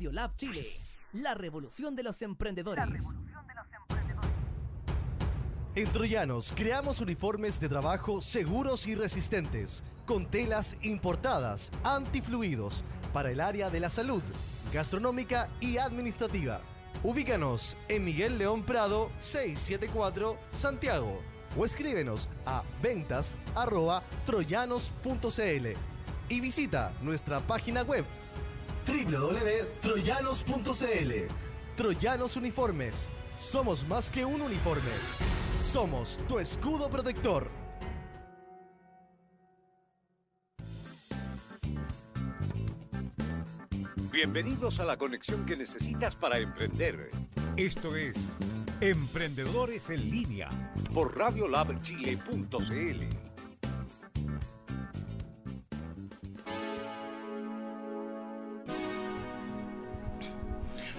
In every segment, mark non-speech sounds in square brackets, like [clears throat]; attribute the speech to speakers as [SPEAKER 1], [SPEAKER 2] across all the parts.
[SPEAKER 1] Lab Chile, la revolución de los emprendedores.
[SPEAKER 2] En Troyanos creamos uniformes de trabajo seguros y resistentes, con telas importadas, antifluidos, para el área de la salud, gastronómica y administrativa. Ubícanos en Miguel León Prado 674 Santiago o escríbenos a ventas arroba troyanos.cl y visita nuestra página web www.troyanos.cl Troyanos Uniformes. Somos más que un uniforme. Somos tu escudo protector.
[SPEAKER 3] Bienvenidos a la conexión que necesitas para emprender
[SPEAKER 4] Esto es Emprendedores en Línea.
[SPEAKER 3] por radiolabchile.cl.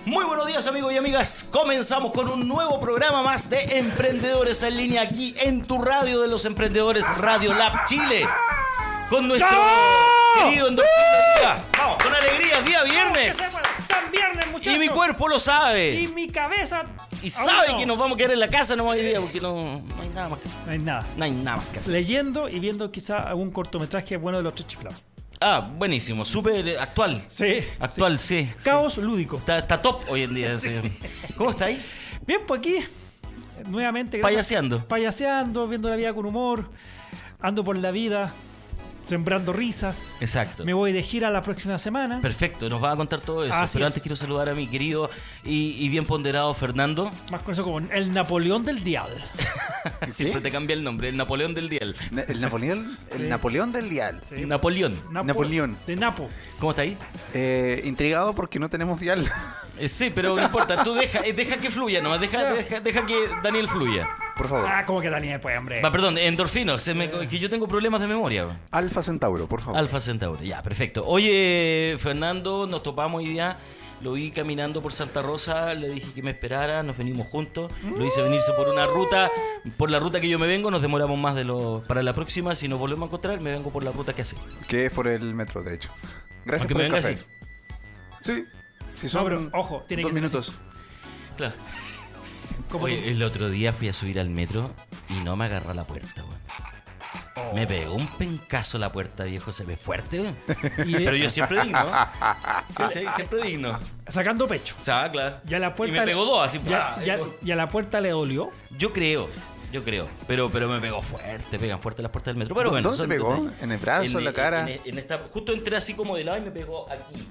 [SPEAKER 5] Muy buenos días amigos y amigas, comenzamos con un nuevo programa más de Emprendedores en línea aquí en tu radio de los emprendedores Radio Lab Chile. Con nuestro querido endocrinólogo. Vamos, con alegría, día viernes.
[SPEAKER 6] San viernes, muchachos.
[SPEAKER 5] Y mi cuerpo lo
[SPEAKER 6] Y
[SPEAKER 5] sabe.
[SPEAKER 6] mi cabeza.
[SPEAKER 5] Y
[SPEAKER 6] aún
[SPEAKER 5] sabe
[SPEAKER 6] no.
[SPEAKER 5] que nos vamos a quedar en la casa nomás hoy día porque no, no hay nada más que hacer.
[SPEAKER 6] No hay nada.
[SPEAKER 5] No hay nada más que hacer.
[SPEAKER 6] Leyendo y viendo quizá algún cortometraje bueno de los tres chiflados.
[SPEAKER 5] Ah, buenísimo, súper eh, actual.
[SPEAKER 6] Sí.
[SPEAKER 5] Actual, sí. sí.
[SPEAKER 6] Caos lúdico.
[SPEAKER 5] Está, está top hoy en día.
[SPEAKER 6] [laughs]
[SPEAKER 5] sí. ¿Cómo está ahí?
[SPEAKER 6] Bien, pues aquí, nuevamente. gracias-
[SPEAKER 5] Payaseando.
[SPEAKER 6] Payaseando, viendo la vida con humor. Ando por la vida, sembrando risas.
[SPEAKER 5] Exacto.
[SPEAKER 6] Me voy de gira la próxima semana.
[SPEAKER 5] Perfecto, nos va a contar todo eso.
[SPEAKER 6] Así
[SPEAKER 5] Pero
[SPEAKER 6] es.
[SPEAKER 5] antes quiero saludar a mi querido y, y bien ponderado Fernando.
[SPEAKER 6] Más con eso como el Napoleón del Diablo.
[SPEAKER 5] Siempre te cambia el nombre, el Napoleón del Dial.
[SPEAKER 7] Na- El Napoleón, el
[SPEAKER 6] Sí.
[SPEAKER 7] Napoleón del Dial.
[SPEAKER 6] Sí.
[SPEAKER 5] Napoleón,
[SPEAKER 6] Napo-
[SPEAKER 7] Napoleón.
[SPEAKER 6] De Napo.
[SPEAKER 5] ¿cómo está ahí?
[SPEAKER 7] Eh, intrigado porque no tenemos Dial. [laughs]
[SPEAKER 5] Eh, sí, pero no importa, tú deja, eh, deja que fluya nomás, deja, deja, deja que Daniel fluya.
[SPEAKER 7] Por favor.
[SPEAKER 6] Ah, como que Daniel, pues, hombre.
[SPEAKER 5] Va, perdón, endorfino, se me- que yo tengo problemas de memoria.
[SPEAKER 7] Alfa Centauro, por favor.
[SPEAKER 5] Alfa Centauri, ya, perfecto. Oye, Fernando, nos topamos hoy día. Lo vi caminando por Santa Rosa, le dije que me esperara, nos venimos juntos. Lo hice venirse por una ruta, por la ruta que yo me vengo, nos demoramos más de lo. Para la próxima, si nos volvemos a encontrar, me vengo por la ruta que hace.
[SPEAKER 7] Que es por el metro, de hecho. Gracias
[SPEAKER 5] Aunque
[SPEAKER 7] por
[SPEAKER 5] me
[SPEAKER 7] el
[SPEAKER 5] venga
[SPEAKER 7] café.
[SPEAKER 5] así. oh,
[SPEAKER 7] Sí. Si
[SPEAKER 6] No,
[SPEAKER 7] son
[SPEAKER 6] pero ojo, tiene
[SPEAKER 7] dos
[SPEAKER 6] que ser
[SPEAKER 7] minutos.
[SPEAKER 5] Claro.
[SPEAKER 6] Como
[SPEAKER 5] Oye,
[SPEAKER 6] tú.
[SPEAKER 5] el otro día fui a subir al metro y no me agarró la puerta, weón.
[SPEAKER 6] Oh.
[SPEAKER 5] Me pegó un pencazo la puerta, viejo, se ve fuerte,
[SPEAKER 6] [laughs]
[SPEAKER 5] weón.
[SPEAKER 6] Y, eh,
[SPEAKER 5] Pero yo siempre digno. ¿Cachai? Siempre digno.
[SPEAKER 6] Sacando pecho.
[SPEAKER 5] O sea, claro.
[SPEAKER 6] Ya la puerta.
[SPEAKER 5] Y me pegó dos, así.
[SPEAKER 6] Ya,
[SPEAKER 5] ¡pah!
[SPEAKER 6] ya- y a la puerta le dolió.
[SPEAKER 5] Yo creo, yo creo. Pero, pero me pegó fuerte, pegan fuerte las puertas del metro. Pero bueno,
[SPEAKER 7] ¿Dónde
[SPEAKER 5] son
[SPEAKER 7] te pegó?
[SPEAKER 5] detalles.
[SPEAKER 7] ¿En el brazo, en la cara?
[SPEAKER 5] En, en esta, justo entré así como de lado y me pegó aquí.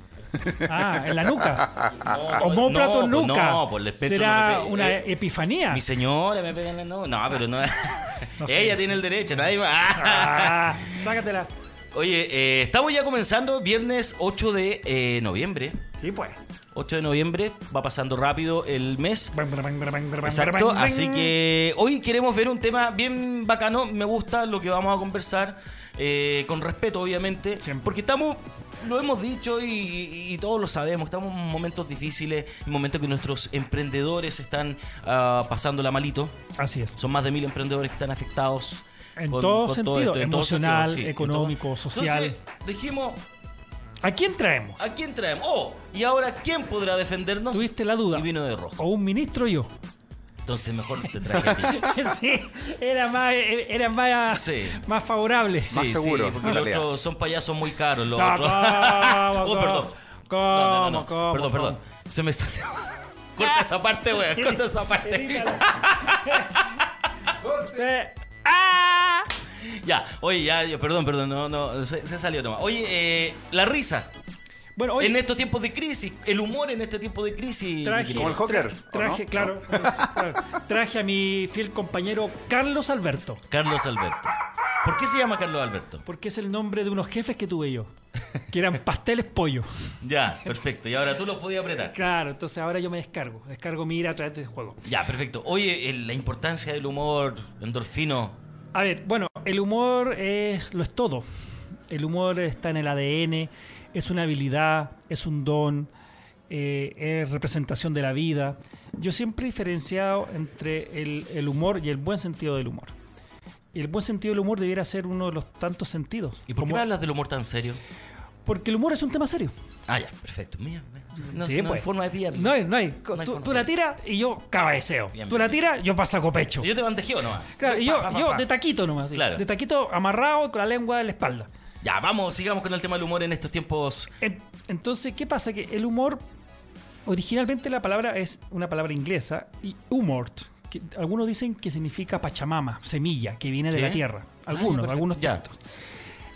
[SPEAKER 6] Ah, en la nuca.
[SPEAKER 5] [laughs]
[SPEAKER 7] Ah,
[SPEAKER 5] No,
[SPEAKER 6] Homóplato
[SPEAKER 5] no, pues
[SPEAKER 6] nuca.
[SPEAKER 5] No, por el espectro
[SPEAKER 6] Será
[SPEAKER 5] no me pe-
[SPEAKER 6] una
[SPEAKER 5] eh,
[SPEAKER 6] epifanía.
[SPEAKER 5] Mi señora me pega en la no. No, pero no. [laughs]
[SPEAKER 6] sé.
[SPEAKER 5] Ella tiene el derecho, nadie más. [laughs]
[SPEAKER 6] Ah, sácatela.
[SPEAKER 5] Oye, eh, estamos ya comenzando viernes 8 de eh, noviembre.
[SPEAKER 6] Sí, pues.
[SPEAKER 5] 8 de noviembre, va pasando rápido el mes.
[SPEAKER 6] Bang, bang, bang, bang, bang, bang,
[SPEAKER 5] Exacto,
[SPEAKER 6] bang, bang.
[SPEAKER 5] así que hoy queremos ver un tema bien bacano, me gusta lo que vamos a conversar, eh, con respeto obviamente,
[SPEAKER 6] Siempre.
[SPEAKER 5] porque estamos, lo hemos dicho y, y- y todos lo sabemos, estamos en momentos difíciles, en momentos que nuestros emprendedores están pasando pasándola malito,
[SPEAKER 6] Así es.
[SPEAKER 5] son más de mil emprendedores que están afectados.
[SPEAKER 6] En todo sentido,
[SPEAKER 5] esto, en todo
[SPEAKER 6] emocional,
[SPEAKER 5] sentido, en todo.
[SPEAKER 6] económico, social.
[SPEAKER 5] Entonces, dijimos,
[SPEAKER 6] ¿A quién traemos?
[SPEAKER 5] ¿a quién traemos? Oh, y ahora, ¿quién podrá defendernos?
[SPEAKER 6] Tuviste la duda. Oh.
[SPEAKER 5] Y vino de rojo.
[SPEAKER 6] ¿O un ministro o yo? [laughs]
[SPEAKER 5] Entonces mejor te traje a ti.
[SPEAKER 6] sí, era más, era más,
[SPEAKER 5] Sí.
[SPEAKER 6] más favorable. [laughs]
[SPEAKER 7] Más seguro,
[SPEAKER 5] porque
[SPEAKER 7] en
[SPEAKER 5] los
[SPEAKER 7] realidad.
[SPEAKER 5] otros son payasos muy caros. Los
[SPEAKER 6] No,
[SPEAKER 5] otros.
[SPEAKER 6] ¿cómo,
[SPEAKER 5] [laughs] Oh, perdón.
[SPEAKER 6] cómo,
[SPEAKER 5] No, no, no.
[SPEAKER 6] cómo,
[SPEAKER 5] perdón,
[SPEAKER 6] cómo?
[SPEAKER 5] perdón. Se me salió. [laughs] corta esa parte, weón. Corta esa
[SPEAKER 6] [laughs]
[SPEAKER 5] parte.
[SPEAKER 6] Edítalo. Eh, ¡Ah!
[SPEAKER 5] ya, oye, ya, ya, perdón, perdón. No, no, se, se salió nomás. Oye, eh, la risa.
[SPEAKER 6] Bueno, hoy
[SPEAKER 5] En estos tiempos de crisis, el humor en este tiempo de crisis.
[SPEAKER 6] traje.
[SPEAKER 7] Como el Joker, ¿o no?
[SPEAKER 6] traje, claro, claro, Traje a mi fiel compañero Carlos Alberto.
[SPEAKER 5] Carlos Alberto. ¿Por qué se llama Carlos Alberto?
[SPEAKER 6] Porque es el nombre de unos jefes que tuve yo. Que eran pasteles pollo.
[SPEAKER 5] Ya, perfecto. Y ahora tú lo podías apretar.
[SPEAKER 6] Claro, entonces ahora yo me descargo. Descargo mi ira a través del juego.
[SPEAKER 5] Ya, perfecto. Oye, el- la importancia del humor, endorfino.
[SPEAKER 6] A ver, bueno, el humor es, lo es todo. El humor está en el ADN, es una habilidad, es un don, eh, es representación de la vida. Yo siempre he diferenciado entre el, el humor y el buen sentido del humor. Y el buen sentido del humor debiera ser uno de los tantos sentidos.
[SPEAKER 5] ¿Y por qué
[SPEAKER 6] Como-
[SPEAKER 5] me hablas del humor tan serio?
[SPEAKER 6] Porque el humor es un tema serio.
[SPEAKER 5] Ah, ya, perfecto. Mira, no,
[SPEAKER 6] Sí,
[SPEAKER 5] si no
[SPEAKER 6] pues.
[SPEAKER 5] hay forma de pillarme.
[SPEAKER 6] No hay, no hay.
[SPEAKER 5] No hay
[SPEAKER 6] tú,
[SPEAKER 5] forma.
[SPEAKER 6] tú la tiras y yo cabeceo.
[SPEAKER 5] Bien,
[SPEAKER 6] tú la
[SPEAKER 5] bien.
[SPEAKER 6] tiras, yo pasaco pecho.
[SPEAKER 5] Yo te bandejeo nomás.
[SPEAKER 6] Claro, y yo,
[SPEAKER 5] Pa, pa, pa,
[SPEAKER 6] yo
[SPEAKER 5] pa.
[SPEAKER 6] de taquito nomás. así.
[SPEAKER 5] Claro.
[SPEAKER 6] De taquito amarrado con la lengua en la espalda.
[SPEAKER 5] Ya, vamos, sigamos con el tema del humor en estos tiempos.
[SPEAKER 6] En- Entonces, ¿qué pasa? Que el humor, originalmente la palabra es una palabra inglesa, y humor, que algunos dicen que significa pachamama, semilla, que viene de
[SPEAKER 5] ¿Sí?
[SPEAKER 6] la tierra.
[SPEAKER 5] Ah, ya,
[SPEAKER 6] Algunos,
[SPEAKER 5] perfecto.
[SPEAKER 6] algunos
[SPEAKER 5] Ya.
[SPEAKER 6] textos.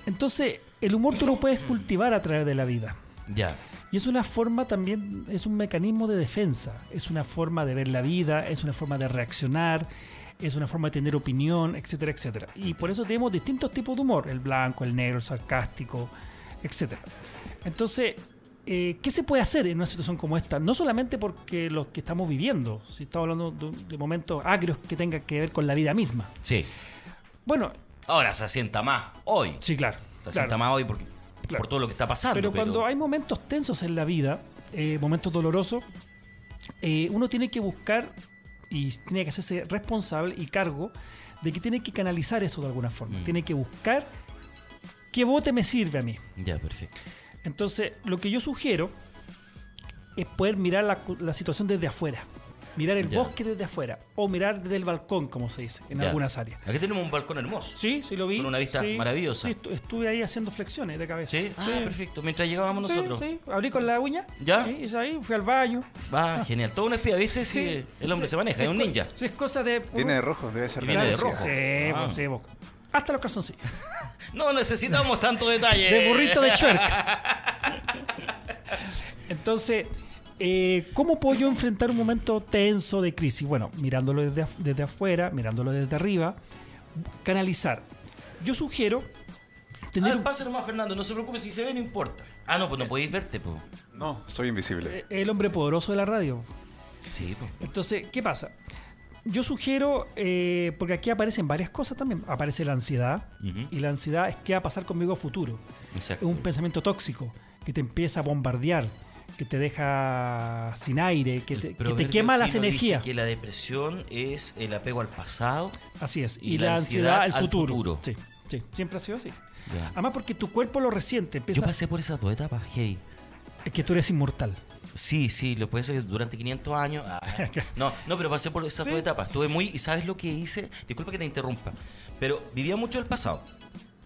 [SPEAKER 6] Entonces, el humor tú lo puedes cultivar a través de la vida.
[SPEAKER 5] Ya.
[SPEAKER 6] Y es una forma también, es un mecanismo de defensa, es una forma de ver la vida, es una forma de reaccionar, es una forma de tener opinión, etcétera, etcétera. Y por eso tenemos distintos tipos de humor, el blanco, el negro, el sarcástico, etcétera. Entonces, eh, ¿qué se puede hacer en una situación como esta? No solamente porque los que estamos viviendo, si estamos hablando de, un- de momentos agrios que tengan que ver con la vida misma.
[SPEAKER 5] Sí.
[SPEAKER 6] Bueno,
[SPEAKER 5] Ahora se asienta más hoy.
[SPEAKER 6] sí, claro.
[SPEAKER 5] Se asienta
[SPEAKER 6] claro.
[SPEAKER 5] más hoy porque-
[SPEAKER 6] Claro.
[SPEAKER 5] por todo lo que está pasando.
[SPEAKER 6] Pero cuando hay momentos tensos en la vida, eh, momentos dolorosos, eh, uno tiene que buscar y tiene que hacerse responsable y cargo de que tiene que canalizar eso de alguna forma.
[SPEAKER 5] Mm.
[SPEAKER 6] Tiene que buscar qué bote me sirve a mí.
[SPEAKER 5] Ya, perfecto.
[SPEAKER 6] Entonces, lo que yo sugiero es poder mirar la, cu- la situación desde afuera. Mirar el
[SPEAKER 5] Ya.
[SPEAKER 6] bosque desde afuera. O mirar desde el balcón, como se dice, en
[SPEAKER 5] Ya.
[SPEAKER 6] algunas áreas.
[SPEAKER 5] Aquí tenemos un balcón hermoso.
[SPEAKER 6] Sí, sí lo vi.
[SPEAKER 5] Con una vista
[SPEAKER 6] sí,
[SPEAKER 5] maravillosa.
[SPEAKER 6] sí, estu- estuve ahí haciendo flexiones de cabeza.
[SPEAKER 5] Sí. Ah,
[SPEAKER 6] Sí.
[SPEAKER 5] perfecto. Mientras llegábamos
[SPEAKER 6] Sí,
[SPEAKER 5] nosotros.
[SPEAKER 6] Sí, abrí con la uña.
[SPEAKER 5] ¿Ya?
[SPEAKER 6] sí, hice ahí, fui al baño.
[SPEAKER 5] Ah, genial. Todo un espía, ¿viste? Sí.
[SPEAKER 6] Sí.
[SPEAKER 5] El hombre se maneja,
[SPEAKER 6] Sí,
[SPEAKER 5] es un
[SPEAKER 6] co-
[SPEAKER 5] ninja.
[SPEAKER 6] Sí, es cosa de.
[SPEAKER 7] Viene de rojo, debe ser
[SPEAKER 5] Y viene de
[SPEAKER 7] Rusia.
[SPEAKER 5] rojo.
[SPEAKER 6] Sí,
[SPEAKER 5] Ah.
[SPEAKER 6] pues, sí, pues. Hasta los calzoncillos.
[SPEAKER 5] No
[SPEAKER 6] [laughs]
[SPEAKER 5] necesitamos tanto detalle. [laughs]
[SPEAKER 6] De burrito de chuerk. Entonces, eh, ¿cómo puedo yo enfrentar un momento tenso de crisis? Bueno, mirándolo desde, af- desde afuera, mirándolo desde arriba, canalizar. Yo sugiero tener
[SPEAKER 5] Ah,
[SPEAKER 6] un-
[SPEAKER 5] pase nomás, Fernando. No se preocupe si se ve, no importa. Ah, no, pues no podéis verte, pues.
[SPEAKER 7] No, soy invisible.
[SPEAKER 6] eh, el hombre poderoso de la radio.
[SPEAKER 5] Sí, pues.
[SPEAKER 6] Entonces, ¿qué pasa? Yo sugiero, eh, porque aquí aparecen varias cosas también. Aparece la ansiedad,
[SPEAKER 5] Ujú.
[SPEAKER 6] y la ansiedad es qué va a pasar conmigo a futuro. Es
[SPEAKER 5] Exacto.
[SPEAKER 6] un pensamiento tóxico que te empieza a bombardear, que te deja sin aire, que
[SPEAKER 5] El
[SPEAKER 6] te, que te
[SPEAKER 5] proverbio
[SPEAKER 6] quema las
[SPEAKER 5] chino dice
[SPEAKER 6] energías.
[SPEAKER 5] que la depresión es el apego al pasado.
[SPEAKER 6] Así es.
[SPEAKER 5] y
[SPEAKER 6] Y,
[SPEAKER 5] la
[SPEAKER 6] la,
[SPEAKER 5] ansiedad
[SPEAKER 6] ansiedad, al
[SPEAKER 5] al
[SPEAKER 6] futuro.
[SPEAKER 5] futuro.
[SPEAKER 6] Sí, sí, siempre ha sido así.
[SPEAKER 5] Ah,
[SPEAKER 6] Además, porque tu cuerpo lo resiente.
[SPEAKER 5] Yo
[SPEAKER 6] Empieza,
[SPEAKER 5] pasé por esas dos etapas, hey.
[SPEAKER 6] es que tú eres inmortal.
[SPEAKER 5] Sí, sí, lo puede ser que durante 500 años. [laughs] ah, no, no, pero pasé por esas
[SPEAKER 6] Sí.
[SPEAKER 5] dos etapas. Estuve muy. ¿Y sabes lo que hice? Disculpa que te interrumpa. Pero vivía mucho el pasado.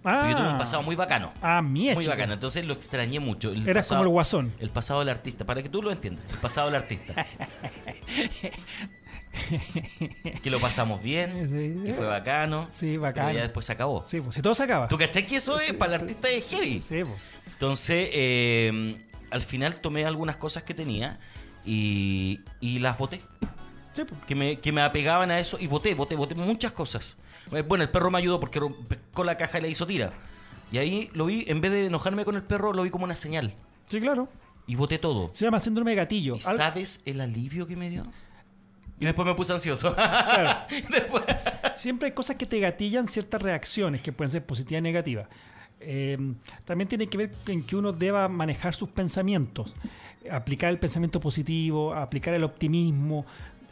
[SPEAKER 6] Ah,
[SPEAKER 5] Yo tuve un pasado muy bacano.
[SPEAKER 6] ah mía,
[SPEAKER 5] muy
[SPEAKER 6] chica.
[SPEAKER 5] bacano. Entonces lo extrañé mucho. El
[SPEAKER 6] Eras
[SPEAKER 5] pasado-
[SPEAKER 6] como el guasón.
[SPEAKER 5] El pasado del artista, para que tú lo entiendas. El pasado del [laughs] artista. que lo pasamos bien,
[SPEAKER 6] Sí, sí.
[SPEAKER 5] que fue bacano.
[SPEAKER 6] Sí,
[SPEAKER 5] Pero
[SPEAKER 6] bacán.
[SPEAKER 5] ya después se acabó.
[SPEAKER 6] Sí, pues, si todo se acaba.
[SPEAKER 5] ¿Tú cachás que eso es?
[SPEAKER 6] Sí,
[SPEAKER 5] para el
[SPEAKER 6] sí.
[SPEAKER 5] artista es heavy.
[SPEAKER 6] Sí, pues.
[SPEAKER 5] Entonces, eh, al final tomé algunas cosas que tenía y, y las boté.
[SPEAKER 6] Sí, pues.
[SPEAKER 5] Que me, que me apegaban a eso y boté, boté, boté muchas cosas. Eh, Bueno, el perro me ayudó porque con la caja y la hizo tira. Y ahí lo vi, en vez de enojarme con el perro, lo vi como una señal.
[SPEAKER 6] Sí, claro.
[SPEAKER 5] Y boté todo.
[SPEAKER 6] Se llama síndrome de gatillo.
[SPEAKER 5] ¿Y
[SPEAKER 6] Al-
[SPEAKER 5] sabes el alivio que me dio? Y después me puse ansioso.
[SPEAKER 6] claro.
[SPEAKER 5] [laughs] Después-
[SPEAKER 6] Siempre hay cosas que te gatillan ciertas reacciones que pueden ser positivas y negativas. Eh, también tiene que ver en que uno deba manejar sus pensamientos, aplicar el pensamiento positivo, aplicar el optimismo,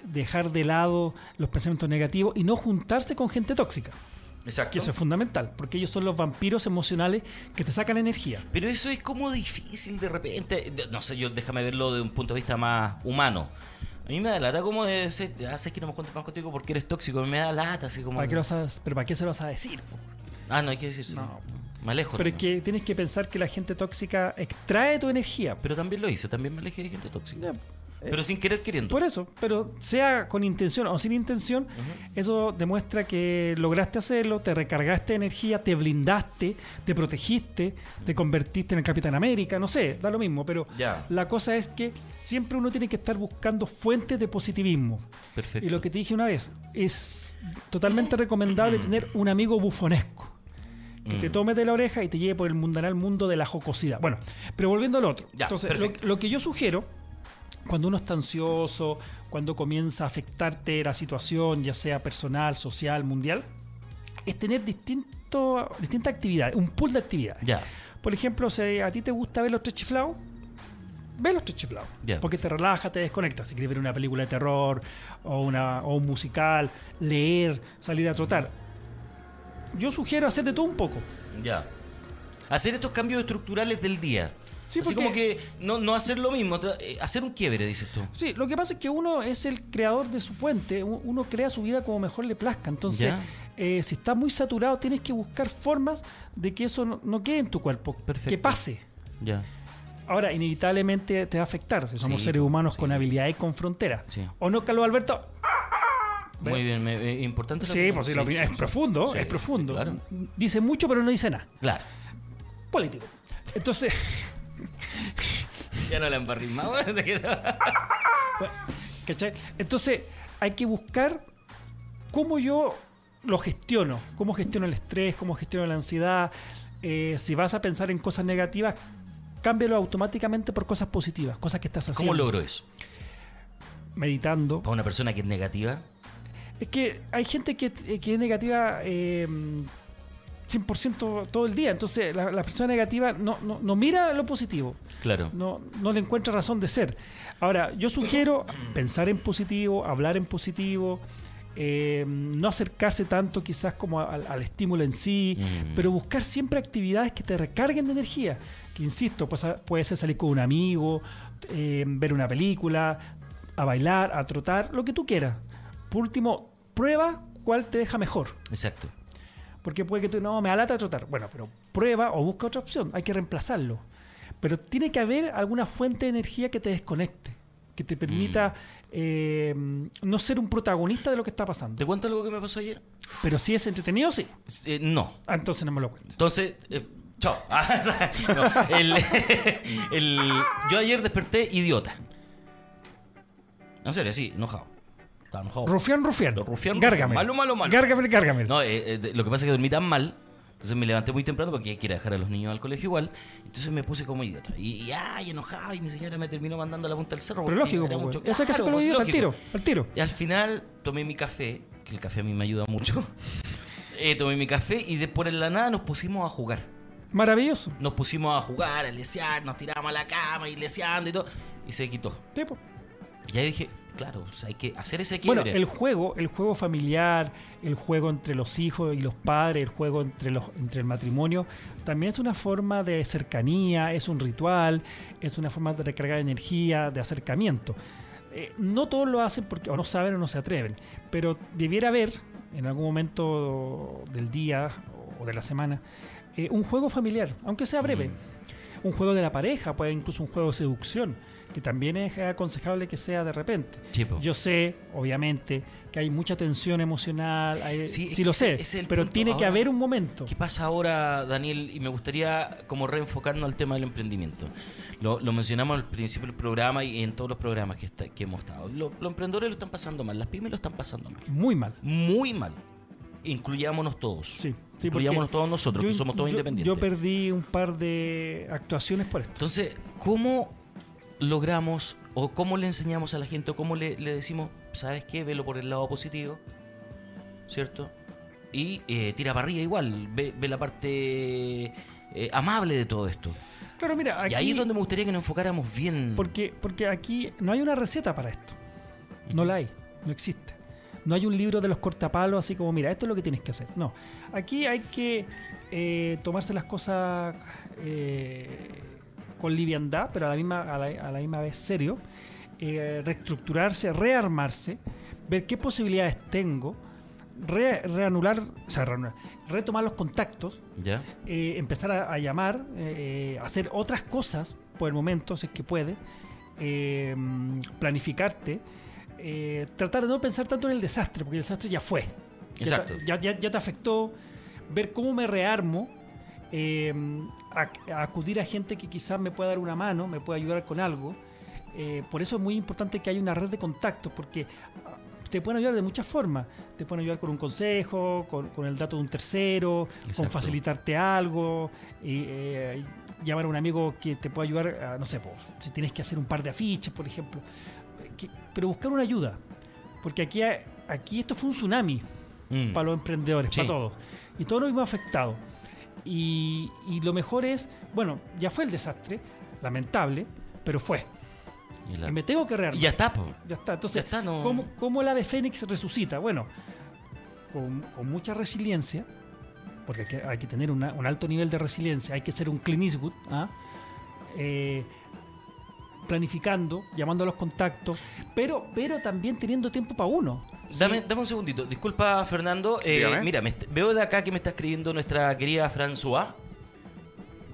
[SPEAKER 6] dejar de lado los pensamientos negativos y no juntarse con gente tóxica,
[SPEAKER 5] Exacto.
[SPEAKER 6] que eso es fundamental, porque ellos son los vampiros emocionales que te sacan energía.
[SPEAKER 5] Pero eso es como difícil de repente. De- No sé, yo déjame verlo de un punto de vista más humano. A mí me da lata como de haces que no me junto más contigo porque eres tóxico. Me da lata así como.
[SPEAKER 6] ¿Para qué lo vas a- ¿Pero para qué se lo vas a decir? po?
[SPEAKER 5] Ah, no hay que decirse.
[SPEAKER 6] No.
[SPEAKER 5] Me alejo.
[SPEAKER 6] Pero es
[SPEAKER 5] ¿no?
[SPEAKER 6] que tienes que pensar que la gente tóxica extrae tu energía.
[SPEAKER 5] Pero también lo hice, también me alejé de gente tóxica.
[SPEAKER 6] Ya, eh,
[SPEAKER 5] Pero sin querer queriendo.
[SPEAKER 6] Por eso, pero sea con intención o sin intención, eso demuestra que lograste hacerlo, te recargaste de energía, te blindaste, te protegiste, te convertiste en el Capitán América, no sé, da lo mismo, pero
[SPEAKER 5] Ya.
[SPEAKER 6] la cosa es que siempre uno tiene que estar buscando fuentes de positivismo.
[SPEAKER 5] Perfecto.
[SPEAKER 6] Y lo que te dije una vez, es totalmente recomendable tener un amigo bufonesco. Que te
[SPEAKER 5] Mm.
[SPEAKER 6] tome de la oreja y te lleve por el mundanal mundo de la jocosidad. Bueno, pero volviendo al otro.
[SPEAKER 5] Ya,
[SPEAKER 6] Entonces, lo,
[SPEAKER 5] perfecto.
[SPEAKER 6] lo que yo sugiero, cuando uno está ansioso, cuando comienza a afectarte la situación, ya sea personal, social, mundial, es tener distinto, distintas actividades, un pool de actividades.
[SPEAKER 5] Ya.
[SPEAKER 6] Por ejemplo, si a ti te gusta ver los tres chiflados, ve los tres chiflados.
[SPEAKER 5] Ya.
[SPEAKER 6] Porque te relaja, te desconecta. Si quieres ver una película de terror o, una, o un musical, leer, salir a trotar. Yo sugiero hacer de todo un poco.
[SPEAKER 5] Ya. hacer estos cambios estructurales del día.
[SPEAKER 6] Sí,
[SPEAKER 5] Así
[SPEAKER 6] porque-
[SPEAKER 5] como que no, no hacer lo mismo, tra- eh, hacer un quiebre, dices tú.
[SPEAKER 6] Sí, lo que pasa es que uno es el creador de su puente, u- uno crea su vida como mejor le plazca, entonces
[SPEAKER 5] Ya.
[SPEAKER 6] eh, si está muy saturado tienes que buscar formas de que eso no, no quede en tu cuerpo, que
[SPEAKER 5] Perfecto.
[SPEAKER 6] pase.
[SPEAKER 5] Ya.
[SPEAKER 6] Ahora, inevitablemente te va a afectar, somos
[SPEAKER 5] Sí,
[SPEAKER 6] seres humanos
[SPEAKER 5] sí.
[SPEAKER 6] con habilidades y con fronteras.
[SPEAKER 5] Sí.
[SPEAKER 6] ¿O no, Carlos Alberto?
[SPEAKER 5] Muy bien, me- eh, importante la
[SPEAKER 6] Sí,
[SPEAKER 5] opinión.
[SPEAKER 6] pues sí, la opinión- es
[SPEAKER 5] sí,
[SPEAKER 6] profundo,
[SPEAKER 5] sí,
[SPEAKER 6] es profundo.
[SPEAKER 5] Claro.
[SPEAKER 6] Dice mucho pero no dice nada.
[SPEAKER 5] claro.
[SPEAKER 6] Político. Entonces... [laughs]
[SPEAKER 5] Ya no la embarrís [laughs] más.
[SPEAKER 6] ¿Cachai? Entonces, hay que buscar cómo yo lo gestiono, cómo gestiono el estrés, cómo gestiono la ansiedad. Eh, si vas a pensar en cosas negativas, cámbialo automáticamente por cosas positivas, cosas que estás haciendo.
[SPEAKER 5] ¿Cómo logro eso?
[SPEAKER 6] Meditando.
[SPEAKER 5] Para una persona que es negativa,
[SPEAKER 6] Es que hay gente que, que es negativa eh, 100% todo el día, entonces la, la persona negativa no, no, no mira lo positivo.
[SPEAKER 5] claro.
[SPEAKER 6] no, no le encuentra razón de ser. Ahora, yo
[SPEAKER 5] [clears throat]
[SPEAKER 6] sugiero pensar en positivo, hablar en positivo, eh, no acercarse tanto quizás como al, al estímulo en sí,
[SPEAKER 5] Mm.
[SPEAKER 6] pero buscar siempre actividades que te recarguen de energía. Que insisto, pasa- puede ser salir con un amigo, eh, ver una película, a bailar, a trotar, lo que tú quieras. Por último, prueba cuál te deja mejor.
[SPEAKER 5] Exacto.
[SPEAKER 6] Porque puede que tú no me alata trotar. Bueno, pero prueba o busca otra opción. Hay que reemplazarlo. Pero tiene que haber alguna fuente de energía que te desconecte, que te permita
[SPEAKER 5] Mm.
[SPEAKER 6] eh, no ser un protagonista de lo que está
[SPEAKER 5] ¿Te
[SPEAKER 6] pasando.
[SPEAKER 5] cuento algo que me pasó ayer?
[SPEAKER 6] Pero si es entretenido, sí.
[SPEAKER 5] Eh, no.
[SPEAKER 6] Ah, entonces no me lo cuentes.
[SPEAKER 5] Entonces, eh, chao. [laughs] Ah, o sea, no, el- [laughs] el- yo ayer desperté idiota. En serio, sí, enojado. Estaba enojado.
[SPEAKER 6] Rufián, rufián.
[SPEAKER 5] Rufián, rufián.
[SPEAKER 6] Gárgamel.
[SPEAKER 5] Malo, malo, malo.
[SPEAKER 6] Gárgamel, gárgamel.
[SPEAKER 5] No, eh, eh, de- lo que pasa es que dormí tan mal. Entonces me levanté muy temprano porque quería dejar a los niños al colegio igual. Entonces me puse como idiota. Y, y ay, enojado. Y mi señora me terminó mandando a la punta del cerro.
[SPEAKER 6] pero
[SPEAKER 5] porque
[SPEAKER 6] lógico,
[SPEAKER 5] era
[SPEAKER 6] pues,
[SPEAKER 5] mucho-
[SPEAKER 6] güey. Eso hay que
[SPEAKER 5] Claro,
[SPEAKER 6] hacer con los
[SPEAKER 5] pues,
[SPEAKER 6] videos al
[SPEAKER 5] lógico.
[SPEAKER 6] tiro. Al tiro.
[SPEAKER 5] Y al final tomé mi café, que el café a mí me ayuda mucho. Eh, tomé mi café y de por la nada nos pusimos a jugar.
[SPEAKER 6] Maravilloso.
[SPEAKER 5] Nos pusimos a jugar, a lesear, nos tiramos a la cama y leseando y todo. Y se quitó.
[SPEAKER 6] Sí, po.
[SPEAKER 5] Y ahí dije, claro, o sea, hay que hacer ese quiebre.
[SPEAKER 6] Bueno, el juego, el juego familiar, el juego entre los hijos y los padres, el juego entre los entre el matrimonio, también es una forma de cercanía, es un ritual, es una forma de recargar energía, de acercamiento. Eh, no todos lo hacen porque o no saben o no se atreven, pero debiera haber en algún momento del día o de la semana eh, un juego familiar, aunque sea breve. Un juego de la pareja, puede incluso un juego de seducción, que también es aconsejable que sea de repente.
[SPEAKER 5] Sí, po.
[SPEAKER 6] Yo sé, obviamente, que hay mucha tensión emocional, hay-
[SPEAKER 5] Sí,
[SPEAKER 6] sí,
[SPEAKER 5] es que
[SPEAKER 6] lo
[SPEAKER 5] ese-
[SPEAKER 6] sé,
[SPEAKER 5] ese es el
[SPEAKER 6] pero
[SPEAKER 5] punto.
[SPEAKER 6] tiene que
[SPEAKER 5] Ahora-
[SPEAKER 6] haber un momento.
[SPEAKER 5] ¿Qué pasa ahora, Daniel? Y me gustaría como reenfocarnos al tema del emprendimiento. Lo, lo mencionamos al principio del programa y en todos los programas que, está- que hemos estado. Lo- los emprendedores lo están pasando mal, las pymes lo están pasando mal.
[SPEAKER 6] Muy mal.
[SPEAKER 5] Muy mal. Incluyámonos todos.
[SPEAKER 6] Sí, sí,
[SPEAKER 5] Incluyámonos
[SPEAKER 6] porque
[SPEAKER 5] todos nosotros, que
[SPEAKER 6] yo-
[SPEAKER 5] somos todos
[SPEAKER 6] yo-
[SPEAKER 5] independientes.
[SPEAKER 6] Yo perdí un par de actuaciones por esto.
[SPEAKER 5] Entonces, ¿cómo logramos o cómo le enseñamos a la gente o cómo le, le decimos, ¿sabes qué? Velo por el lado positivo, ¿cierto? Y eh, tira para arriba igual, ve, ve la parte eh, amable de todo esto.
[SPEAKER 6] Claro, mira, aquí,
[SPEAKER 5] y ahí es donde me gustaría que nos enfocáramos bien.
[SPEAKER 6] porque, porque aquí no hay una receta para esto. No la hay, no existe. No hay un libro de los cortapalos así como, mira, esto es lo que tienes que hacer. No, aquí hay que eh, tomarse las cosas eh, con liviandad, pero a la misma, a la, a la misma vez serio. Eh, reestructurarse, rearmarse, ver qué posibilidades tengo, re- reanular, o sea, reanular, retomar los contactos,
[SPEAKER 5] ¿Ya?
[SPEAKER 6] eh, empezar a, a llamar, eh, eh, hacer otras cosas por el momento, si es que puede, eh, planificarte, eh, tratar de no pensar tanto en el desastre, porque el desastre ya fue. Ya te-
[SPEAKER 5] Exacto.
[SPEAKER 6] Ya, ya- ya te afectó, ver cómo me rearmo, eh, ac- a acudir a gente que quizás me pueda dar una mano, me pueda ayudar con algo. Eh, por eso es muy importante que haya una red de contactos, porque ah, te pueden ayudar de muchas formas. Te pueden ayudar con un consejo, con, con el dato de un tercero, con
[SPEAKER 5] Exacto.
[SPEAKER 6] facilitarte algo, y, eh, llamar a un amigo que te pueda ayudar, a, no sé, po, si tienes que hacer un par de afiches, por ejemplo. Eh, que- pero buscar una ayuda, porque aquí, ha- aquí esto fue un tsunami
[SPEAKER 5] Mm.
[SPEAKER 6] para los emprendedores,
[SPEAKER 5] Sí.
[SPEAKER 6] para todos. Y todos nos vimos afectados. Y, y lo mejor es, bueno, ya fue el desastre, lamentable, pero fue.
[SPEAKER 5] Y la-
[SPEAKER 6] Y me tengo que rearmar.
[SPEAKER 5] Y ya está, po.
[SPEAKER 6] Ya está. Entonces,
[SPEAKER 5] Ya está, no-
[SPEAKER 6] ¿cómo, cómo el ave fénix resucita? Bueno, con, con mucha resiliencia, porque hay que, hay que tener una- un alto nivel de resiliencia, hay que ser un Clint Eastwood, ¿ah? Eh, planificando, llamando a los contactos, pero, pero también teniendo tiempo para uno.
[SPEAKER 5] Dame, dame un segundito. Disculpa, Fernando. Eh,
[SPEAKER 7] Dígame.
[SPEAKER 5] mira, me est- veo de acá que me está escribiendo nuestra querida François.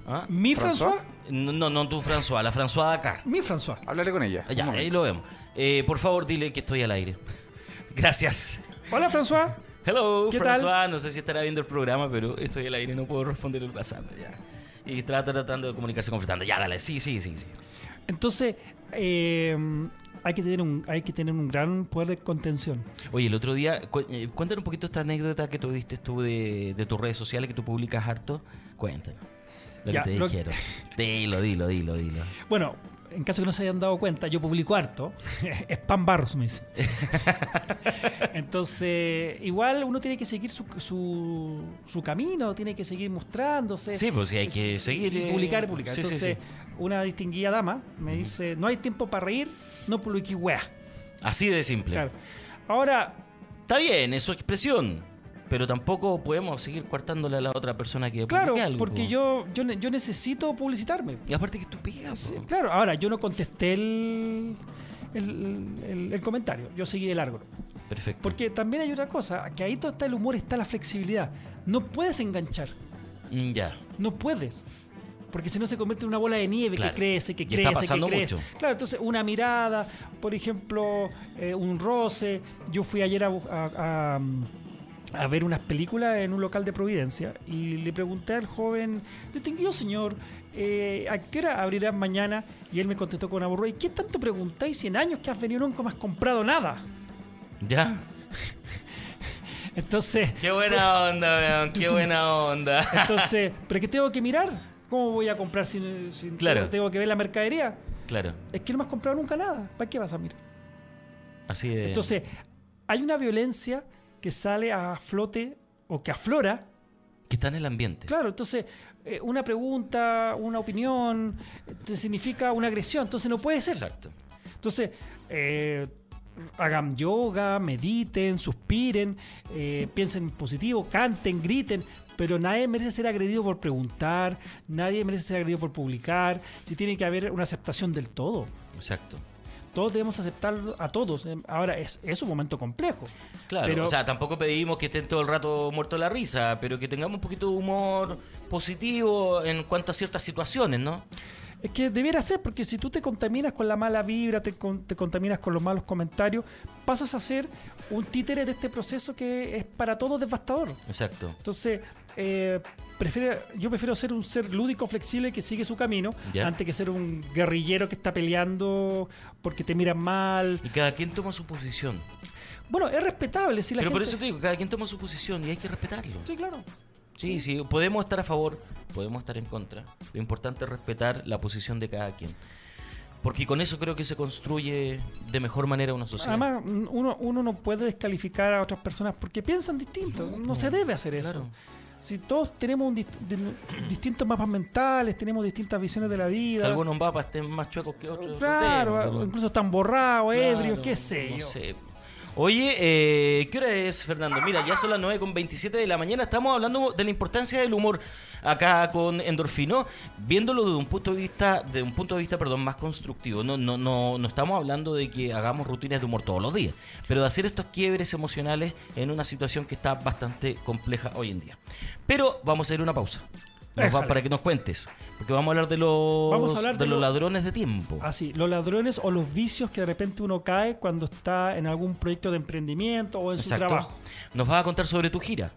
[SPEAKER 5] ¿Ah?
[SPEAKER 6] Mi
[SPEAKER 7] ¿François?
[SPEAKER 6] François,
[SPEAKER 5] No, no, no tu François, la François de acá.
[SPEAKER 6] mi François.
[SPEAKER 7] Háblale con ella.
[SPEAKER 5] Ah, Ya,
[SPEAKER 7] Un
[SPEAKER 5] ahí
[SPEAKER 7] momento.
[SPEAKER 5] lo vemos. Eh, por favor, dile que estoy al aire. [laughs] Gracias.
[SPEAKER 6] Hola François.
[SPEAKER 5] Hello,
[SPEAKER 6] ¿Qué
[SPEAKER 5] François. No sé si estará viendo el programa, pero estoy al aire y no puedo responder el WhatsApp. ya. Y está tratando de comunicarse con Fernando. Ya, dale. Sí, sí, sí. sí.
[SPEAKER 6] Entonces, eh, hay, que tener un, hay que tener un gran poder de contención.
[SPEAKER 5] Oye, el otro día, cu- eh, cuéntanos un poquito esta anécdota que tuviste tú de, de tus redes sociales que tú publicas harto. Cuéntanos. Lo
[SPEAKER 6] Ya,
[SPEAKER 5] que te
[SPEAKER 6] lo- [laughs]
[SPEAKER 5] dijeron. Dilo, dilo, dilo, dilo.
[SPEAKER 6] Bueno, en caso que no se hayan dado cuenta, yo publico harto. [laughs] Spam Barros
[SPEAKER 5] [laughs]
[SPEAKER 6] me dice. Entonces, igual uno tiene que seguir su, su, su camino, tiene que seguir mostrándose.
[SPEAKER 5] Sí, pues sí, hay que seguir.
[SPEAKER 6] Y
[SPEAKER 5] eh,
[SPEAKER 6] publicar, y publicar.
[SPEAKER 5] Sí, sí,
[SPEAKER 6] Entonces, una distinguida dama me dice, no hay tiempo para reír, no publiqué weá.
[SPEAKER 5] sí. Así de simple.
[SPEAKER 6] Claro. Ahora,
[SPEAKER 5] Está bien, es su expresión. Pero tampoco podemos seguir coartándole a la otra persona que
[SPEAKER 6] claro,
[SPEAKER 5] publique algo,
[SPEAKER 6] porque
[SPEAKER 5] po.
[SPEAKER 6] yo, yo, ne- yo necesito publicitarme.
[SPEAKER 5] Y aparte que es tu pega,
[SPEAKER 6] Sí,
[SPEAKER 5] po.
[SPEAKER 6] claro, ahora yo no contesté el, el- el- el comentario, yo seguí de largo.
[SPEAKER 5] Perfecto.
[SPEAKER 6] Porque también hay otra cosa, que ahí todo está el humor, está la flexibilidad. No puedes enganchar,
[SPEAKER 5] Mm, Ya.
[SPEAKER 6] no puedes. Porque si no se convierte en una bola de nieve
[SPEAKER 5] Claro.
[SPEAKER 6] que crece, que
[SPEAKER 5] Y
[SPEAKER 6] crece,
[SPEAKER 5] está pasando
[SPEAKER 6] que crece.
[SPEAKER 5] mucho.
[SPEAKER 6] Claro, entonces una mirada, por ejemplo, eh, un roce. Yo fui ayer a, bu- a- a, mm, a ver unas películas en un local de Providencia y le pregunté al joven, distinguido señor, eh, ¿a qué hora abrirán mañana? Y él me contestó con aburrido, ¿y qué tanto preguntáis si en años que has venido nunca me has comprado nada?
[SPEAKER 5] Ya.
[SPEAKER 6] Entonces,
[SPEAKER 5] Qué buena onda, weón. Qué buena onda.
[SPEAKER 6] entonces ¿pero qué tengo que mirar? ¿Cómo voy a comprar si, si
[SPEAKER 5] Claro.
[SPEAKER 6] tengo que ver la mercadería?
[SPEAKER 5] claro.
[SPEAKER 6] Es que no me has comprado nunca nada. ¿Para qué vas a mirar?
[SPEAKER 5] Así de.
[SPEAKER 6] Entonces, hay una violencia que sale a flote o que aflora.
[SPEAKER 5] Que está en el ambiente.
[SPEAKER 6] Claro, entonces, eh, una pregunta, una opinión, eh, te significa una agresión. Entonces, no puede ser.
[SPEAKER 5] Exacto.
[SPEAKER 6] Entonces, eh, hagan yoga, mediten, suspiren, eh, piensen en positivo, canten, griten. Pero nadie merece ser agredido por preguntar, nadie merece ser agredido por publicar. Si tiene que haber una aceptación del todo.
[SPEAKER 5] Exacto.
[SPEAKER 6] Todos debemos aceptar a todos. Eh, Ahora es, es un momento complejo.
[SPEAKER 5] Claro,
[SPEAKER 6] Pero-
[SPEAKER 5] o sea, tampoco pedimos que estén todo el rato muertos la risa, pero que tengamos un poquito de humor positivo en cuanto a ciertas situaciones, ¿no?
[SPEAKER 6] Es que debiera ser, porque si tú te contaminas con la mala vibra, te, con- te contaminas con los malos comentarios, pasas a ser un títere de este proceso que es para todos devastador.
[SPEAKER 5] Exacto.
[SPEAKER 6] Entonces, eh, prefiero- yo prefiero ser un ser lúdico, flexible, que sigue su camino,
[SPEAKER 5] Ya.
[SPEAKER 6] antes que ser un guerrillero que está peleando porque te miran mal.
[SPEAKER 5] Y cada quien toma su posición.
[SPEAKER 6] Bueno, es respetable. Si la
[SPEAKER 5] pero por
[SPEAKER 6] gente-
[SPEAKER 5] eso te digo, cada quien toma su posición y hay que respetarlo.
[SPEAKER 6] Sí, claro.
[SPEAKER 5] Sí, sí, podemos estar a favor, podemos estar en contra. Lo importante es respetar la posición de cada quien. Porque con eso creo que se construye de mejor manera una sociedad.
[SPEAKER 6] Además, un- uno, uno no puede descalificar a otras personas porque piensan distinto. No, se debe hacer eso.
[SPEAKER 5] Claro.
[SPEAKER 6] Si todos tenemos un dist- de- distintos mapas mentales, tenemos distintas visiones de la
[SPEAKER 5] Que
[SPEAKER 6] vida.
[SPEAKER 5] algunos mapas estén más chuecos que otros.
[SPEAKER 6] claro,
[SPEAKER 5] otros no.
[SPEAKER 6] incluso están borrados, ebrios,
[SPEAKER 5] Claro,
[SPEAKER 6] qué sé
[SPEAKER 5] no
[SPEAKER 6] yo.
[SPEAKER 5] sé. Oye, eh, ¿qué hora es, Fernando? Mira, ya son las 9 con 27 de la mañana. Estamos hablando de la importancia del humor acá con Endorfino, viéndolo desde un punto de vista, de un punto de vista, perdón, más constructivo. No, no, no, no estamos hablando de que hagamos rutinas de humor todos los días, pero de hacer estos quiebres emocionales en una situación que está bastante compleja hoy en día. Pero vamos a ir a una pausa. Nos va-
[SPEAKER 6] Déjale.
[SPEAKER 5] para que nos cuentes, porque vamos a hablar de los,
[SPEAKER 6] Vamos a hablar
[SPEAKER 5] de
[SPEAKER 6] de
[SPEAKER 5] los
[SPEAKER 6] lo-
[SPEAKER 5] ladrones de tiempo.
[SPEAKER 6] Así, los ladrones o los vicios que de repente uno cae cuando está en algún proyecto de emprendimiento o en su trabajo.
[SPEAKER 5] Nos vas a contar sobre tu gira,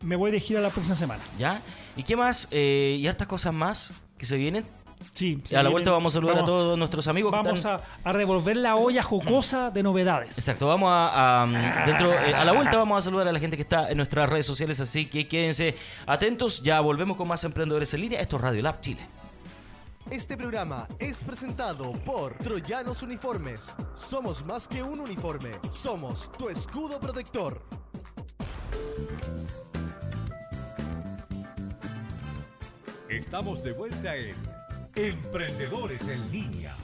[SPEAKER 6] Me voy de gira la próxima semana.
[SPEAKER 5] ¿ya? ¿Y qué más? Eh, y hartas cosas más que se vienen.
[SPEAKER 6] Sí,
[SPEAKER 5] a la vuelta vamos a saludar a
[SPEAKER 6] vamos-
[SPEAKER 5] todos nuestros amigos. que
[SPEAKER 6] Vamos
[SPEAKER 5] están-
[SPEAKER 6] a, a revolver la olla jocosa de novedades.
[SPEAKER 5] Exacto, vamos a, a, dentro, eh, a la vuelta vamos a saludar a la gente que está en nuestras redes sociales, así que quédense atentos, ya volvemos con más emprendedores en línea, esto es Radio Lab Chile.
[SPEAKER 2] Este programa es presentado por Troyanos Uniformes. Somos más que un uniforme, somos tu escudo protector.
[SPEAKER 4] Estamos de vuelta en Emprendedores en Línea.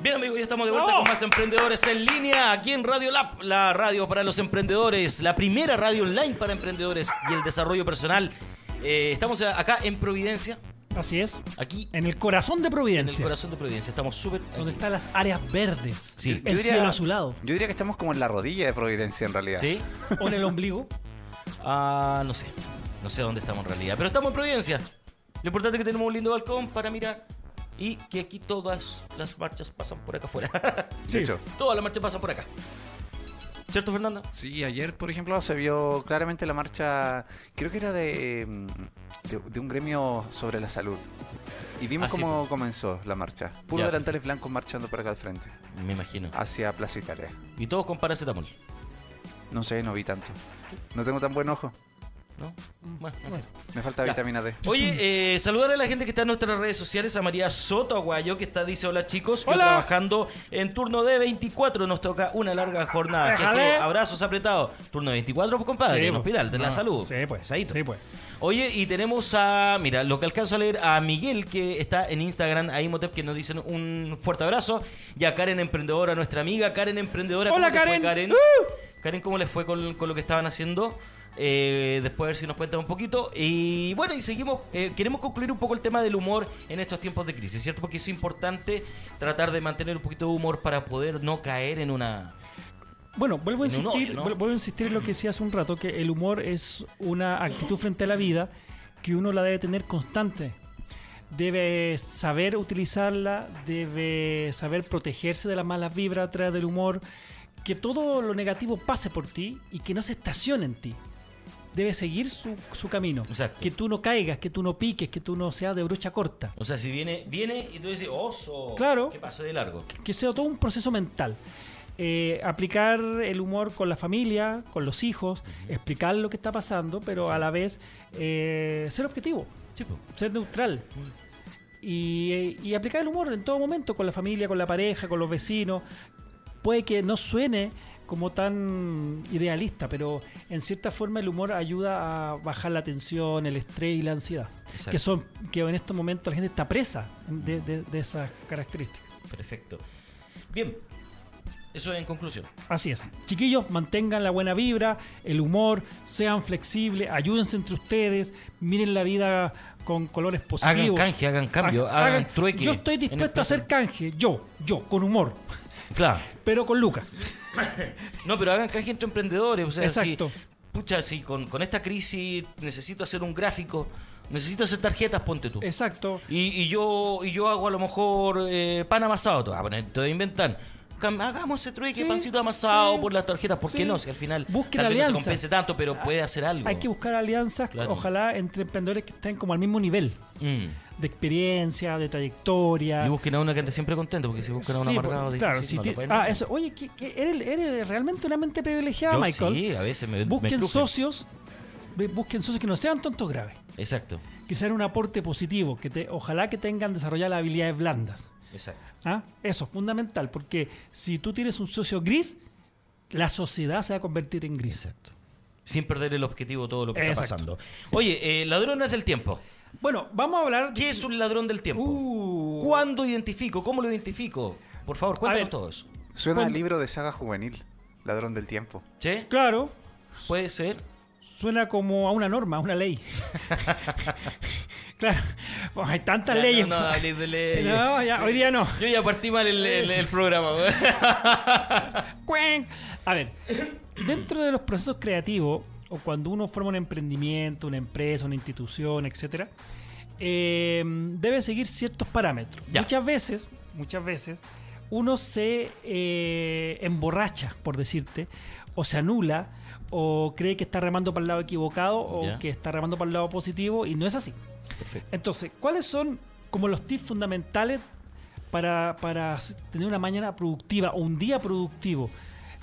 [SPEAKER 5] Bien, amigos, ya estamos de vuelta
[SPEAKER 6] ¡Vamos!
[SPEAKER 5] con más emprendedores en línea aquí en Radio Lab, la radio para los emprendedores, la primera radio online para emprendedores y el desarrollo personal. Eh, estamos a- acá en Providencia,
[SPEAKER 6] Así es.
[SPEAKER 5] aquí
[SPEAKER 6] En el corazón de
[SPEAKER 5] en el
[SPEAKER 6] Providencia,
[SPEAKER 5] corazón de Providencia. Estamos súper. aquí.
[SPEAKER 6] donde están las áreas verdes,
[SPEAKER 5] Sí.
[SPEAKER 6] el cielo azulado
[SPEAKER 7] Yo diría que estamos como en la rodilla de Providencia en realidad.
[SPEAKER 5] ¿Sí?
[SPEAKER 6] o en
[SPEAKER 5] [laughs]
[SPEAKER 6] el ombligo.
[SPEAKER 5] Ah, no sé. No sé dónde estamos en realidad, pero estamos en Providencia. Lo importante es que tenemos un lindo balcón para mirar y que aquí todas las marchas pasan por acá afuera. [laughs]
[SPEAKER 7] De
[SPEAKER 6] Sí.
[SPEAKER 7] hecho.
[SPEAKER 5] todas las marchas pasan por acá. ¿Cierto, Fernanda?
[SPEAKER 7] Sí, ayer, por ejemplo, se vio claramente la marcha, creo que era de, eh, de, de un gremio sobre la salud. Y vimos
[SPEAKER 5] Ah, sí,
[SPEAKER 7] cómo comenzó la marcha. Puro
[SPEAKER 5] Ya.
[SPEAKER 7] delantales blancos marchando para acá al frente,
[SPEAKER 5] Me imagino.
[SPEAKER 7] hacia Plaza Italia.
[SPEAKER 5] Y todos con paracetamol.
[SPEAKER 7] No sé, no vi tanto. No tengo tan buen ojo.
[SPEAKER 5] ¿No? Bueno, en fin.
[SPEAKER 7] Me falta
[SPEAKER 5] Ya.
[SPEAKER 7] vitamina D.
[SPEAKER 5] Oye, eh, saludar a la gente que está en nuestras redes sociales, a María Soto Aguayo, que está, dice, hola chicos, yo
[SPEAKER 6] Hola.
[SPEAKER 5] trabajando en turno de 24, nos toca una larga jornada.
[SPEAKER 6] Déjale.
[SPEAKER 5] Jeje, abrazos apretados. Turno de 24, pues, compadre,
[SPEAKER 6] Sí,
[SPEAKER 5] en
[SPEAKER 6] pues.
[SPEAKER 5] hospital, de la
[SPEAKER 6] No,
[SPEAKER 5] salud.
[SPEAKER 6] Sí, pues.
[SPEAKER 5] Pesadito.
[SPEAKER 6] Sí, pues.
[SPEAKER 5] Oye, y tenemos a, mira, lo que alcanzo a leer, a Miguel, que está en Instagram, a Imotep, que nos dicen un fuerte abrazo, y a Karen Emprendedora, nuestra amiga Karen Emprendedora. ¿Cómo
[SPEAKER 6] Hola,
[SPEAKER 5] te fue,
[SPEAKER 6] Karen. ¡Uh!
[SPEAKER 5] Karen? Karen, ¿cómo les fue con, con lo que estaban haciendo? Eh, después a ver si nos cuentan un poquito. Y bueno, y seguimos. eh, queremos concluir un poco el tema del humor en estos tiempos de crisis, ¿cierto? Porque es importante tratar de mantener un poquito de humor para poder no caer en una...
[SPEAKER 6] Bueno, vuelvo a
[SPEAKER 5] En un hoyo,
[SPEAKER 6] insistir,
[SPEAKER 5] ¿no?
[SPEAKER 6] vuel- vuelvo a insistir en lo que decía hace un rato, que el humor es una actitud frente a la vida que uno la debe tener constante. Debe saber utilizarla, debe saber protegerse de las malas vibras a través del humor, que todo lo negativo pase por ti y que no se estacione en ti. Debe seguir su, su camino.
[SPEAKER 5] Exacto.
[SPEAKER 6] Que tú no caigas, que tú no piques, que tú no seas de brocha corta.
[SPEAKER 5] O sea, si viene viene y tú dices, oso,
[SPEAKER 6] Claro.
[SPEAKER 5] que pase de largo.
[SPEAKER 6] que sea todo un proceso mental. Eh, aplicar el humor con la familia, con los hijos, explicar lo que está pasando, pero a la vez eh, ser objetivo,
[SPEAKER 5] Chico.
[SPEAKER 6] ser neutral. Y, eh, y aplicar el humor en todo momento, con la familia, con la pareja, con los vecinos. Puede que no suene como tan idealista, pero en cierta forma el humor ayuda a bajar la tensión, el estrés y la ansiedad.
[SPEAKER 5] Exacto.
[SPEAKER 6] Que son que en estos momentos la gente está presa de- de- de esas características.
[SPEAKER 5] Perfecto. Bien, eso en conclusión.
[SPEAKER 6] Así es. Chiquillos, mantengan la buena vibra, el humor, sean flexibles, ayúdense entre ustedes, miren la vida con colores
[SPEAKER 5] Hagan
[SPEAKER 6] positivos.
[SPEAKER 5] canje, hagan cambio,
[SPEAKER 6] Ha-
[SPEAKER 5] hagan,
[SPEAKER 6] hagan-
[SPEAKER 5] trueque.
[SPEAKER 6] Yo estoy
[SPEAKER 5] en el
[SPEAKER 6] dispuesto a hacer
[SPEAKER 5] plato.
[SPEAKER 6] canje, yo, yo, con humor, [laughs]
[SPEAKER 5] Claro.
[SPEAKER 6] pero con Lucas.
[SPEAKER 5] No, pero hagan canje entre emprendedores. O sea,
[SPEAKER 6] Exacto.
[SPEAKER 5] Si, pucha, si con, con esta crisis necesito hacer un gráfico, necesito hacer tarjetas, ponte tú.
[SPEAKER 6] Exacto.
[SPEAKER 5] Y, y yo y yo hago a lo mejor eh, pan amasado. Te voy a poner- te voy a inventar. Cam- Hagamos ese trueque,
[SPEAKER 6] Sí,
[SPEAKER 5] pancito amasado
[SPEAKER 6] sí,
[SPEAKER 5] por las tarjetas. ¿Por qué
[SPEAKER 6] sí.
[SPEAKER 5] no? Si al final
[SPEAKER 6] Busquen
[SPEAKER 5] tal vez no
[SPEAKER 6] alianzas.
[SPEAKER 5] se compense tanto, pero puede hacer algo.
[SPEAKER 6] Hay que buscar alianzas,
[SPEAKER 5] Claro.
[SPEAKER 6] ojalá, entre emprendedores que estén como al mismo nivel
[SPEAKER 5] Mm.
[SPEAKER 6] de experiencia, de trayectoria.
[SPEAKER 5] Y busquen a uno que ande siempre contento, porque si buscan a uno
[SPEAKER 6] Ah. Sí,
[SPEAKER 5] amargado,
[SPEAKER 6] pues, claro,
[SPEAKER 5] difícil,
[SPEAKER 6] si
[SPEAKER 5] no
[SPEAKER 6] ti-
[SPEAKER 5] lo pueden
[SPEAKER 6] ah,
[SPEAKER 5] hacer.
[SPEAKER 6] eso. Oye, que, que eres, eres realmente una mente privilegiada,
[SPEAKER 5] Yo
[SPEAKER 6] Michael.
[SPEAKER 5] Sí, a veces me me
[SPEAKER 6] Busquen
[SPEAKER 5] estruje.
[SPEAKER 6] socios, ve- busquen socios que no sean tontos graves,
[SPEAKER 5] Exacto,
[SPEAKER 6] que sean un aporte positivo, que te, ojalá que tengan desarrolladas las habilidades blandas.
[SPEAKER 5] exacto.
[SPEAKER 6] ¿ah? Eso es fundamental, porque si tú tienes un socio gris, la sociedad se va a convertir en gris.
[SPEAKER 5] Exacto. Sin perder el objetivo todo lo que está
[SPEAKER 6] Exacto.
[SPEAKER 5] pasando. Oye, eh, ladrones del tiempo.
[SPEAKER 6] Bueno, vamos a hablar.
[SPEAKER 5] ¿Qué es un ladrón del tiempo?
[SPEAKER 6] Uh.
[SPEAKER 5] ¿Cuándo identifico? ¿Cómo lo identifico? Por favor, cuéntanos
[SPEAKER 6] ver.
[SPEAKER 5] todo eso.
[SPEAKER 7] Suena al
[SPEAKER 6] Cuando-
[SPEAKER 7] libro de saga juvenil, Ladrón del Tiempo.
[SPEAKER 5] ¿Che?
[SPEAKER 6] Claro,
[SPEAKER 5] ¿Puede ser?
[SPEAKER 6] suena como a una norma, a
[SPEAKER 5] [laughs]
[SPEAKER 6] una ley. [laughs] claro, [laughs] bueno, hay tantas
[SPEAKER 5] Ya,
[SPEAKER 6] leyes.
[SPEAKER 5] No,
[SPEAKER 6] [laughs]
[SPEAKER 5] no, hablé de leyes.
[SPEAKER 6] No, ya, hoy día no.
[SPEAKER 5] Yo ya partí mal el, el- el programa. güey.
[SPEAKER 6] ¡Cuén! A ver, [coughs] dentro de los procesos creativos, o cuando uno forma un emprendimiento, una empresa, una institución, etcétera, eh, debe seguir ciertos parámetros.
[SPEAKER 5] Ya.
[SPEAKER 6] Muchas veces, muchas veces, uno se eh, emborracha, por decirte, o se anula, o cree que está remando para el lado equivocado, o
[SPEAKER 5] Ya.
[SPEAKER 6] que está remando para el lado positivo, y no es así. Entonces, ¿cuáles son como los tips fundamentales para, para tener una mañana productiva o un día productivo?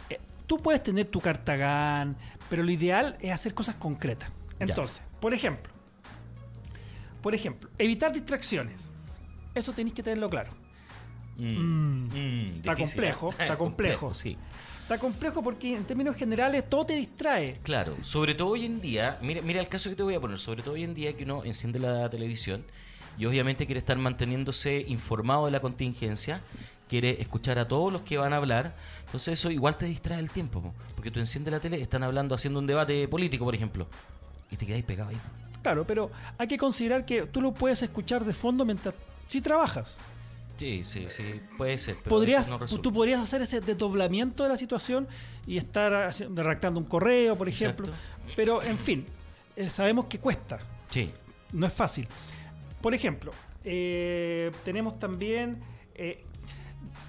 [SPEAKER 6] Eh, tú puedes tener tu cartagán, pero lo ideal es hacer cosas concretas.
[SPEAKER 5] Ya.
[SPEAKER 6] Entonces, por ejemplo, por ejemplo, evitar distracciones. Eso tenéis que tenerlo claro.
[SPEAKER 5] Mm, mm,
[SPEAKER 6] Está
[SPEAKER 5] difícil, ¿eh?
[SPEAKER 6] complejo,
[SPEAKER 5] [laughs]
[SPEAKER 6] está complejo.
[SPEAKER 5] Sí.
[SPEAKER 6] Está complejo porque en términos generales todo te distrae.
[SPEAKER 5] Claro, sobre todo hoy en día, mira, mira el caso que te voy a poner, sobre todo hoy en día que uno enciende la televisión y obviamente quiere estar manteniéndose informado de la contingencia, quiere escuchar a todos los que van a hablar. Entonces eso igual te distrae el tiempo, po, porque tú enciendes la tele, están hablando, haciendo un debate político, por ejemplo, y te quedáis pegado ahí.
[SPEAKER 6] Claro, pero hay que considerar que tú lo puedes escuchar de fondo mientras si trabajas.
[SPEAKER 5] Sí, sí, sí, puede ser. Pero a
[SPEAKER 6] podrías,
[SPEAKER 5] veces no resulta.
[SPEAKER 6] tú podrías hacer ese desdoblamiento de la situación y estar haci- redactando un correo, por ejemplo. Pero, en fin, eh, sabemos que cuesta,
[SPEAKER 5] Sí,
[SPEAKER 6] no es fácil. Por ejemplo, eh, tenemos también... eh,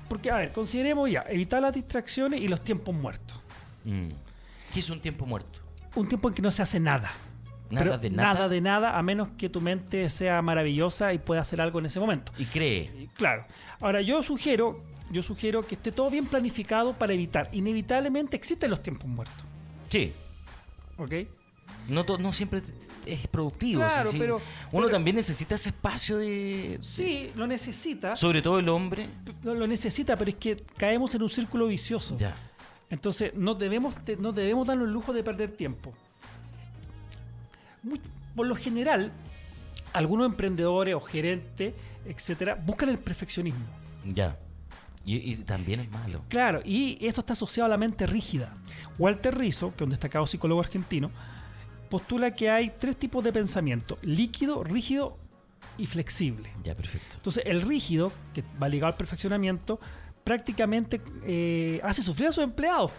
[SPEAKER 6] porque, a ver, consideremos ya, evitar las distracciones y los tiempos muertos.
[SPEAKER 5] mm. ¿Qué es un tiempo muerto?
[SPEAKER 6] Un tiempo en que no se hace nada.
[SPEAKER 5] Nada
[SPEAKER 6] Pero
[SPEAKER 5] de nada.
[SPEAKER 6] Nada de nada, a menos que tu mente sea maravillosa y pueda hacer algo en ese momento.
[SPEAKER 5] Y cree.
[SPEAKER 6] Y Claro. Ahora, yo sugiero, yo sugiero que esté todo bien planificado para evitar. Inevitablemente existen los tiempos muertos.
[SPEAKER 5] Sí.
[SPEAKER 6] ¿Ok?
[SPEAKER 5] No, to- no siempre es productivo.
[SPEAKER 6] Claro,
[SPEAKER 5] sí, sí.
[SPEAKER 6] pero-
[SPEAKER 5] Uno
[SPEAKER 6] pero-
[SPEAKER 5] también necesita ese espacio de...
[SPEAKER 6] Sí, ¿ah? lo necesita.
[SPEAKER 5] Sobre todo el hombre.
[SPEAKER 6] no lo necesita, pero es que caemos en un círculo vicioso.
[SPEAKER 5] Ya.
[SPEAKER 6] Entonces, no debemos, te- no debemos darnos el lujo de perder tiempo. Muy- por lo general, algunos emprendedores o gerentes, etcétera, buscan el perfeccionismo.
[SPEAKER 5] Ya. Y, y también es malo.
[SPEAKER 6] Claro, y esto está asociado a la mente rígida. Walter Rizzo, que es un destacado psicólogo argentino, postula que hay tres tipos de pensamiento: líquido, rígido y flexible.
[SPEAKER 5] Ya, perfecto.
[SPEAKER 6] Entonces, el rígido, que va ligado al perfeccionamiento, prácticamente eh, hace sufrir a sus empleados.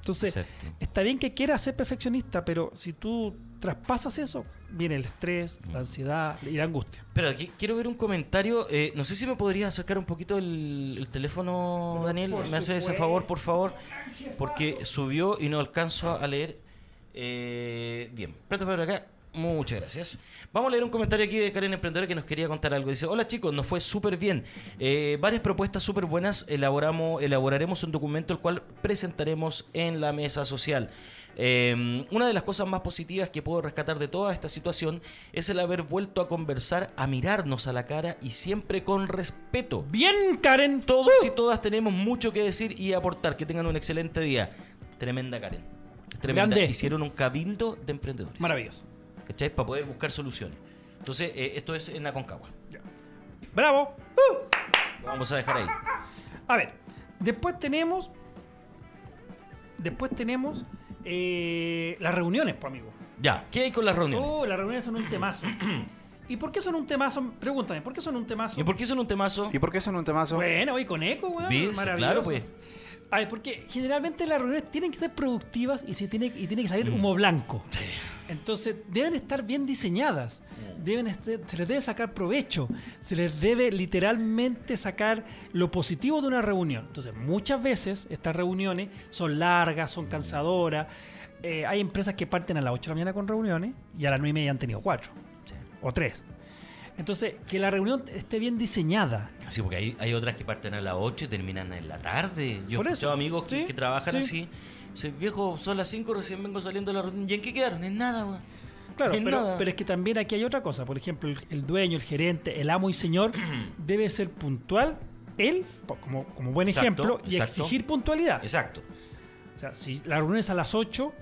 [SPEAKER 6] Entonces,
[SPEAKER 5] Exacto.
[SPEAKER 6] está bien que quieras ser perfeccionista, pero si tú traspasas eso, viene el estrés, la ansiedad y la angustia.
[SPEAKER 5] Pero aquí quiero ver un comentario. eh, no sé si me podrías sacar un poquito el, el teléfono, Daniel.
[SPEAKER 6] por
[SPEAKER 5] Me haces ese
[SPEAKER 6] supuesto.
[SPEAKER 5] favor, por favor. Porque subió y no alcanzo a leer. Eh, bien, plata para acá. Muchas gracias. Vamos a leer un comentario aquí de Karen Emprendedora que nos quería contar algo. Dice, hola chicos, nos fue súper bien. Eh, varias propuestas súper buenas. Elaboramos, elaboraremos un documento el cual presentaremos en la mesa social. Eh, una de las cosas más positivas que puedo rescatar de toda esta situación es el haber vuelto a conversar, a mirarnos a la cara y siempre con respeto.
[SPEAKER 6] Bien, Karen.
[SPEAKER 5] Todos y todas tenemos mucho que decir y aportar. Que tengan un excelente día. Tremenda Karen. Tremenda.
[SPEAKER 6] Grande.
[SPEAKER 5] Hicieron un cabildo de emprendedores.
[SPEAKER 6] Maravilloso.
[SPEAKER 5] ¿Cachai? Para poder buscar soluciones. Entonces, eh, esto es en Aconcagua.
[SPEAKER 6] Bravo.
[SPEAKER 5] Lo vamos a dejar ahí.
[SPEAKER 6] A ver, después tenemos. Después tenemos eh, las reuniones, pues, amigo.
[SPEAKER 5] Ya, ¿qué hay con las reuniones?
[SPEAKER 6] Oh, las reuniones son
[SPEAKER 5] [clears throat]
[SPEAKER 6] un temazo. ¿Y por qué son un temazo? Pregúntame, ¿por qué son un temazo?
[SPEAKER 5] ¿Y por qué son un temazo?
[SPEAKER 7] ¿Y por qué son un temazo?
[SPEAKER 6] Bueno, y con eco, weón.
[SPEAKER 5] ¿Ves?
[SPEAKER 6] maravilloso.
[SPEAKER 5] Claro, pues.
[SPEAKER 6] A ver, porque generalmente las reuniones tienen que ser productivas y, se tiene, y tiene que salir
[SPEAKER 5] Mm.
[SPEAKER 6] humo blanco. Entonces, deben estar bien diseñadas.
[SPEAKER 5] Mm.
[SPEAKER 6] Deben este- se les debe sacar provecho. Se les debe literalmente sacar lo positivo de una reunión. Entonces, muchas veces estas reuniones son largas,
[SPEAKER 5] Mm.
[SPEAKER 6] son cansadoras. Eh, hay empresas que parten a las 8 de la mañana con reuniones y a las 9 y media han tenido 4 o 3. Entonces, que la reunión esté bien diseñada.
[SPEAKER 5] Sí, porque hay, hay otras que parten a las 8 y terminan en la tarde. Yo
[SPEAKER 6] Por
[SPEAKER 5] he
[SPEAKER 6] eso.
[SPEAKER 5] escuchado amigos que,
[SPEAKER 6] Sí,
[SPEAKER 5] que trabajan
[SPEAKER 6] sí.
[SPEAKER 5] así. Dice, viejo, son las 5, recién vengo saliendo de la reunión. ¿Y en qué quedaron? En nada, weón.
[SPEAKER 6] Claro,
[SPEAKER 5] En
[SPEAKER 6] pero,
[SPEAKER 5] nada.
[SPEAKER 6] pero es que también aquí hay otra cosa. Por ejemplo, el, el dueño, el gerente, el amo
[SPEAKER 5] [clears throat]
[SPEAKER 6] y señor debe ser puntual, él, po- como, como buen
[SPEAKER 5] Exacto,
[SPEAKER 6] ejemplo, y
[SPEAKER 5] exacto.
[SPEAKER 6] exigir puntualidad.
[SPEAKER 5] Ah, Exacto,
[SPEAKER 6] O sea, si la reunión es a las 8,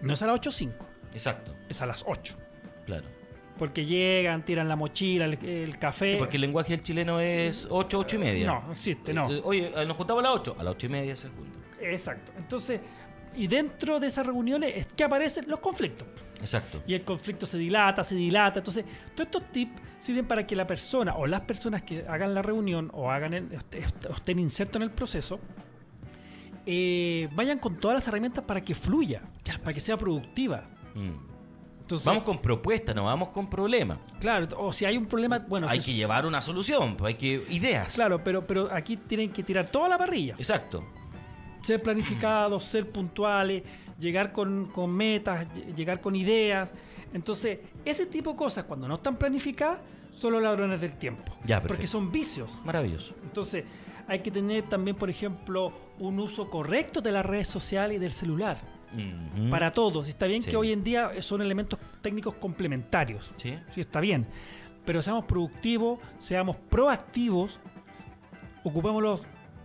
[SPEAKER 6] no es a las 8.05,
[SPEAKER 5] exacto,
[SPEAKER 6] es a las 8.
[SPEAKER 5] claro.
[SPEAKER 6] Porque llegan, tiran la mochila, el, el café.
[SPEAKER 5] Sí, porque el lenguaje del chileno es 8, 8 y media.
[SPEAKER 6] No, no existe, no.
[SPEAKER 5] Eh, Oye, eh, nos juntamos a las 8, a las 8 y media se juntan.
[SPEAKER 6] Exacto. Entonces, y dentro de esas reuniones es que aparecen los conflictos.
[SPEAKER 5] Exacto.
[SPEAKER 6] y el conflicto se dilata, se dilata. Entonces, todos estos tips sirven para que la persona o las personas que hagan la reunión o hagan el- est- est- o estén insertos en el proceso eh, vayan con todas las herramientas para que fluya, para que sea productiva.
[SPEAKER 5] Mm.
[SPEAKER 6] Entonces,
[SPEAKER 5] Vamos con propuestas, no vamos con problemas.
[SPEAKER 6] claro, o si hay un problema, bueno,
[SPEAKER 5] hay
[SPEAKER 6] se-
[SPEAKER 5] que llevar una solución, pues, hay que ideas.
[SPEAKER 6] claro, pero, pero aquí tienen que tirar toda la parrilla.
[SPEAKER 5] Exacto.
[SPEAKER 6] ser planificados, ser puntuales, llegar con, con metas, ll- llegar con ideas. Entonces, ese tipo de cosas, cuando no están planificadas, son los ladrones del tiempo.
[SPEAKER 5] Ya, perfecto.
[SPEAKER 6] porque son vicios.
[SPEAKER 5] Maravilloso.
[SPEAKER 6] Entonces, hay que tener también, por ejemplo, un uso correcto de las redes sociales y del celular.
[SPEAKER 5] Mhm.
[SPEAKER 6] Para todos. Está bien
[SPEAKER 5] Sí.
[SPEAKER 6] que hoy en día son elementos técnicos complementarios.
[SPEAKER 5] Sí.
[SPEAKER 6] Sí, está bien. Pero seamos productivos, seamos proactivos, ocupémoslos